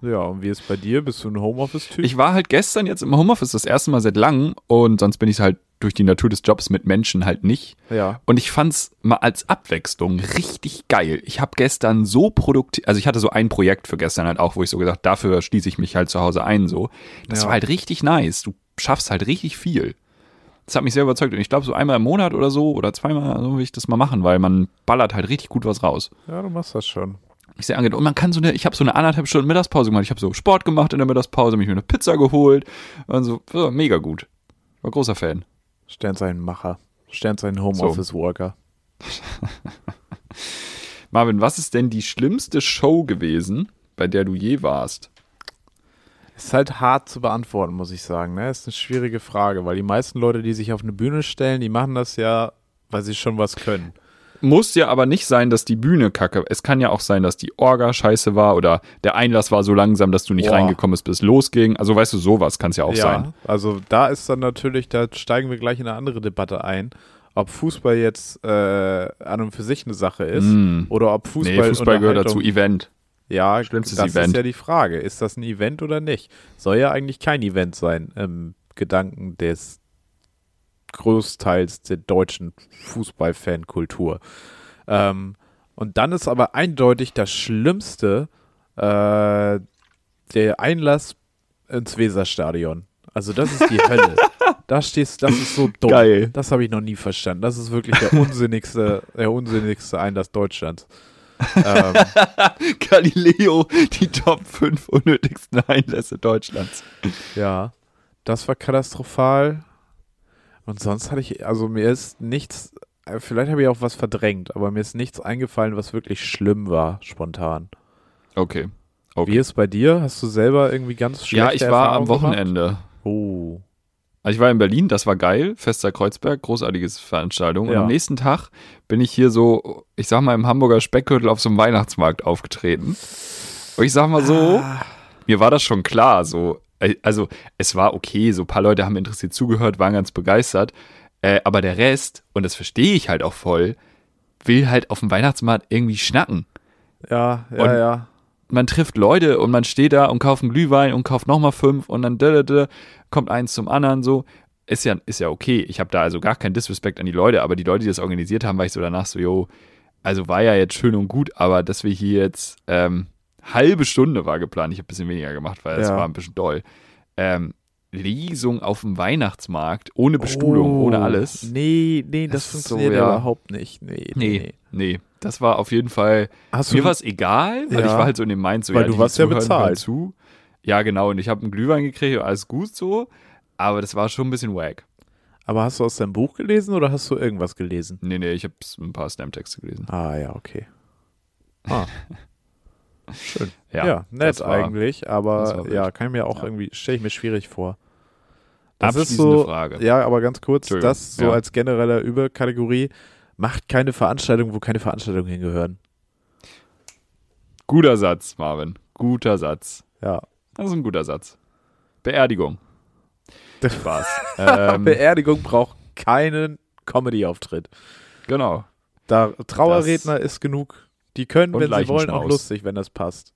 Ja, und wie ist bei dir? Bist du ein Homeoffice-Typ?
Ich war halt gestern jetzt im Homeoffice das erste Mal seit langem und sonst bin ich halt durch die Natur des Jobs mit Menschen halt nicht.
Ja.
Und ich fand's mal als Abwechslung richtig geil. Ich habe gestern so produktiv, also ich hatte so ein Projekt für gestern halt auch, wo ich so gesagt, dafür schließe ich mich halt zu Hause ein so. Das
Ja.
war halt richtig nice. Du schaffst halt richtig viel. Das hat mich sehr überzeugt und ich glaube so einmal im Monat oder so oder zweimal so will ich das mal machen, weil man ballert halt richtig gut was raus.
Ja, du machst das schon.
Ich sehr angenehm. Und man kann so eine, ich habe so eine anderthalb Stunden Mittagspause gemacht. Ich habe so Sport gemacht in der Mittagspause, mich mir eine Pizza geholt und so, so mega gut. War großer Fan.
Sternzeichen Macher. Sternzeichen Homeoffice-Worker.
Marvin, was ist denn die schlimmste Show gewesen, bei der du je warst?
Ist halt hart zu beantworten, muss ich sagen. Ne? Ist eine schwierige Frage, weil die meisten Leute, die sich auf eine Bühne stellen, die machen das ja, weil sie schon was können.
Muss ja aber nicht sein, dass die Bühne kacke. Es kann ja auch sein, dass die Orga scheiße war oder der Einlass war so langsam, dass du nicht
Boah.
reingekommen bist, bis es losging. Also weißt du, sowas kann es ja auch sein.
Also da ist dann natürlich, da steigen wir gleich in eine andere Debatte ein, ob Fußball jetzt äh, an und für sich eine Sache ist
Mm.
oder ob Fußball,
nee, Fußball gehört dazu,
Unterhaltung-
Event.
Ja,
Schlimmstes
das
Event.
ist ja die Frage. Ist das ein Event oder nicht? Soll ja eigentlich kein Event sein im Gedanken des Großteils der deutschen Fußballfankultur. Ähm, und dann ist aber eindeutig das Schlimmste äh, der Einlass ins Weserstadion. Also das ist die
[laughs]
Hölle. Da stehst, das ist so dumm.
Geil.
Das habe ich noch nie verstanden. Das ist wirklich der unsinnigste, der unsinnigste Einlass Deutschlands. Ähm,
[laughs] Galileo, die Top 5 unnötigsten Einlässe Deutschlands.
Ja, das war katastrophal. Und sonst hatte ich, also mir ist nichts, äh, vielleicht habe ich auch was verdrängt, aber mir ist nichts eingefallen, was wirklich schlimm war, spontan.
Okay. Okay.
Wie ist bei dir? Hast du selber irgendwie ganz schlechte
Ja, ich war am
Erfahrungen
Wochenende.
Gemacht? Oh,
Also ich war in Berlin, das war geil, Fester Kreuzberg, großartiges Veranstaltung. Und
Ja.
am nächsten Tag bin ich hier so, ich sag mal, im Hamburger Speckgürtel auf so einem Weihnachtsmarkt aufgetreten. Und ich sag mal so, mir war das schon klar, so, äh, also es war okay, so ein paar Leute haben interessiert zugehört, waren ganz begeistert. Äh, aber der Rest, und das verstehe ich halt auch voll, will halt auf dem Weihnachtsmarkt irgendwie schnacken
Ja, ja,
Und-
ja.
man trifft Leute und man steht da und kauft einen Glühwein und kauft nochmal fünf und dann dä, dä, dä, kommt eins zum anderen so. Ist ja, ist ja okay. Ich habe da also gar keinen Disrespect an die Leute, aber die Leute, die das organisiert haben, war ich so danach so, yo, also war ja jetzt schön und gut, aber dass wir hier jetzt ähm, halbe Stunde war geplant. Ich habe ein bisschen weniger gemacht, weil es
Ja.
war ein bisschen doll. Ähm, Lesung auf dem Weihnachtsmarkt, ohne Bestuhlung,
Oh,
ohne alles.
Nee, nee,
Das
das,
ist so,
funktioniert
ja.
überhaupt nicht. Nee, nee.
Nee, nee. Das war auf jeden Fall
Hast
Mir war es egal, weil
Ja.
ich war halt so in dem Mind so,
Weil
ja,
du
die
warst ja
zuhören,
bezahlt.
hören Zu. Ja, genau, und ich habe einen Glühwein gekriegt und alles gut so, aber das war schon ein bisschen wack.
aber hast du aus deinem Buch gelesen oder hast du irgendwas gelesen?
Nee, nee, ich habe ein paar Stamtexte gelesen.
Ah, ja, okay. Ah. Schön. Ja,
Ja,
nett
das war-
eigentlich,
das war
aber
wild.
ja, kann ich mir auch irgendwie, stelle ich mir schwierig vor.
Abschließende Frage.
Ja, aber ganz kurz,
Entschuldigung,
das so
ja.
als generelle Überkategorie, macht keine Veranstaltung, wo keine Veranstaltungen hingehören.
Guter Satz, Marvin. Guter Satz.
Ja.
Das ist ein guter Satz. Beerdigung.
[laughs]
Spaß. ähm,
Beerdigung braucht keinen Comedy-Auftritt.
genau.
Da Trauerredner ist genug. Die können,
Und
wenn sie wollen, auch
Leichenschmaus.
lustig, wenn das passt.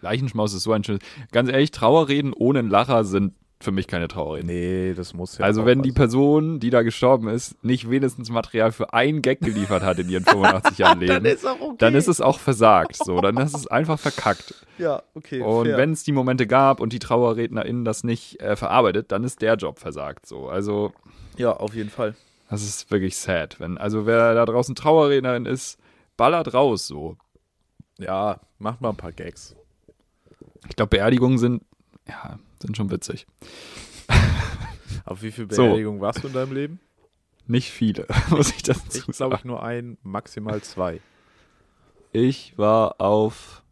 Leichenschmaus ist so ein schönes. Ganz ehrlich, Trauerreden ohne einen Lacher sind für mich keine Trauerreden.
Nee, das muss ja.
Also
auch
wenn die
was.
Person, die da gestorben ist, nicht wenigstens Material für einen Gag geliefert hat in ihren 85 Jahren Leben,
[laughs] Dann ist auch okay.
dann ist es auch versagt. So, dann ist es einfach verkackt.
Ja, okay.
Und
fair.
wenn es die Momente gab und die TrauerrednerInnen das nicht äh, verarbeitet, dann ist der Job versagt. So, also
Ja, auf jeden Fall.
das ist wirklich sad. Wenn, also wer da draußen Trauerrednerin ist, ballert raus. So,
Ja, mach mal ein paar Gags.
ich glaube Beerdigungen sind ja sind schon witzig.
Auf wie viel
So.
Beerdigungen warst du in deinem Leben?
Nicht viele, [laughs] muss ich
Ich
dazu
glaube, ich
sagen.
nur ein, maximal zwei.
Ich war auf,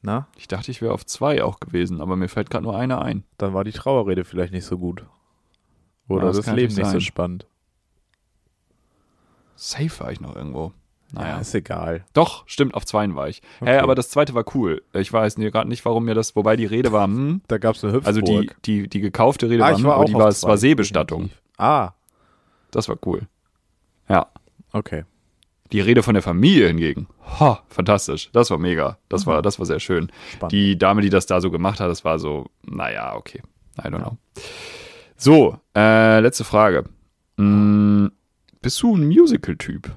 Na,
ich dachte, ich wäre auf zwei auch gewesen, aber mir fällt gerade nur eine ein.
dann war die Trauerrede vielleicht nicht so gut. Oder
Ja, das
das,
kann
Leben
natürlich
nicht so
sein.
spannend.
Safe war ich noch irgendwo. Naja.
Ja, ist egal.
Doch, stimmt, auf zweien war ich. Hä,
Okay.
aber das zweite war cool. Ich weiß nee, gerade nicht, warum mir das, wobei die Rede war, hm,
Da gab es eine Hüpfburg.
also die, die, die gekaufte Rede
ah,
war,
ich
hm,
war
aber
auch
die
auf
war, es
zwei.
war Seebestattung.
Definitiv. Ah,
Das war cool. Ja.
okay.
Die Rede von der Familie hingegen. Ha, fantastisch. Das war mega. Das war, das war sehr schön.
Spannend.
Die Dame, die das da so gemacht hat, das war so, naja, okay. I don't know. So, äh, letzte Frage. Hm, bist du ein Musical-Typ?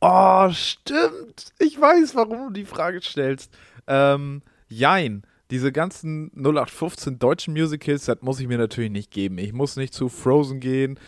Oh, stimmt. Ich weiß, warum du die Frage stellst. Ähm, jein. Diese ganzen 0815 deutschen Musicals, das muss ich mir natürlich nicht geben. Ich muss nicht zu Frozen gehen.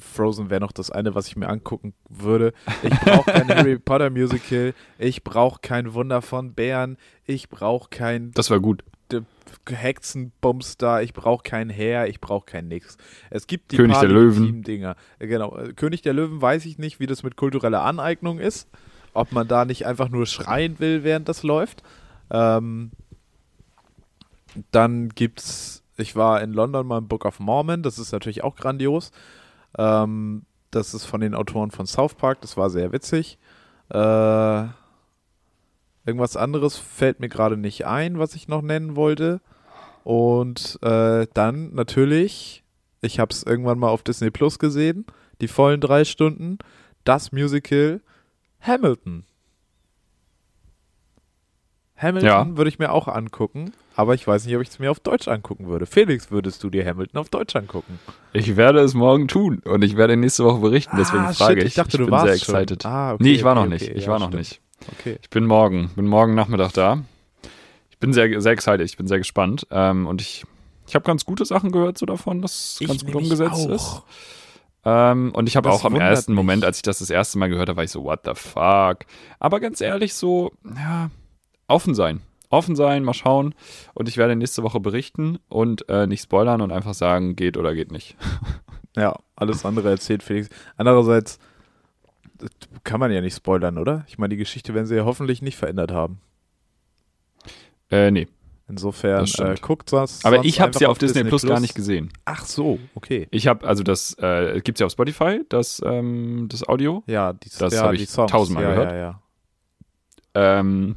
Frozen wäre noch das eine, was ich mir angucken würde. Ich brauche kein Harry Potter Musical. Ich brauche kein Wunder von Bären. Ich brauche kein
Das war gut.
D- Hexenbums da, ich brauche kein Heer, ich brauche kein Nix. Es gibt die
König der Löwen.
Dinger. Genau, äh, König der Löwen weiß ich nicht, wie das mit kultureller Aneignung ist, ob man da nicht einfach nur schreien will, während das läuft. Ähm, dann gibt's, ich war in London mal im Book of Mormon, das ist natürlich auch grandios. Ähm, das ist von den Autoren von South Park, das war sehr witzig. Äh, irgendwas anderes fällt mir gerade nicht ein, was ich noch nennen wollte. Und äh, dann natürlich, ich habe es irgendwann mal auf Disney Plus gesehen, die vollen drei Stunden, das Musical Hamilton. Hamilton
Ja.
würde ich mir auch angucken, aber ich weiß nicht, ob ich es mir auf Deutsch angucken würde. Felix, würdest du dir Hamilton auf Deutsch angucken?
Ich werde es morgen tun und ich werde nächste Woche berichten, deswegen
Ah,
frage
shit,
ich.
ich dachte,
ich
du
bin
warst
sehr
schon.
excited.
Ah, okay,
nee, ich war
okay,
noch nicht.
okay,
ich
ja,
war noch
stimmt.
nicht.
Okay.
Ich bin morgen, bin morgen Nachmittag da. Ich bin sehr, sehr excited, ich bin sehr gespannt. Ähm, und ich, ich habe ganz gute Sachen gehört so davon, dass es ganz gut umgesetzt ist. Ähm, und ich habe
Das
auch am
wundert
ersten
mich.
Moment, als ich das das erste Mal gehört habe, war ich so, what the fuck. Aber ganz ehrlich, so, ja, offen sein. Offen sein, mal schauen. Und ich werde nächste Woche berichten und äh, nicht spoilern und einfach sagen, geht oder geht nicht.
Ja, alles andere erzählt Felix. Andererseits das kann man ja nicht spoilern, oder? Ich meine, die Geschichte werden sie ja hoffentlich nicht verändert haben.
Äh, nee.
Insofern
Das
äh,
stimmt.
guckt das.
Aber
sonst
ich habe
einfach
ja auf Disney, Plus gar nicht gesehen.
Ach so, okay.
Ich habe, also das äh, gibt es ja auf Spotify, das, ähm, das Audio.
Ja, die,
Das
ja,
hab
die
ich
Songs.
tausendmal
ja,
gehört.
Ja, ja.
Ähm,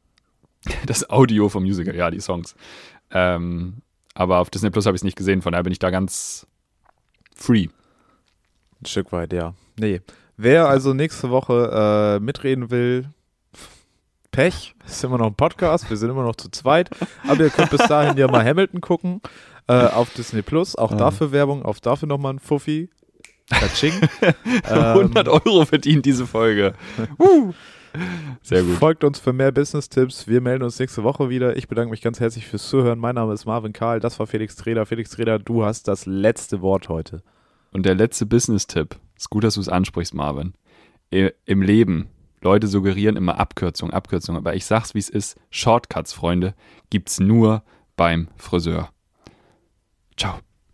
[laughs] das Audio vom Musical, ja, die Songs. Ähm, aber auf Disney Plus habe ich es nicht gesehen, von daher bin ich da ganz free.
Ein Stück weit, ja. Nee. Wer also nächste Woche äh, mitreden will, Pech. Ist immer noch ein Podcast. Wir sind immer noch zu zweit. Aber ihr könnt bis dahin ja mal Hamilton gucken. Äh, auf Disney Plus. Auch dafür Werbung. Auch dafür nochmal ein Fuffi. [laughs] Katsching. Ähm,
100 Euro verdient diese Folge. Uh. Sehr gut.
Folgt uns für mehr Business-Tipps. Wir melden uns nächste Woche wieder. Ich bedanke mich ganz herzlich fürs Zuhören. Mein Name ist Marvin Karl. Das war Felix Treder. Felix Treder, du hast das letzte Wort heute.
Und der letzte Business-Tipp. Ist gut, dass du es ansprichst, Marvin. I- Im Leben. Leute suggerieren immer Abkürzung, Abkürzung. Aber ich sag's, wie es ist. Shortcuts, Freunde, gibt's nur beim Friseur. Ciao.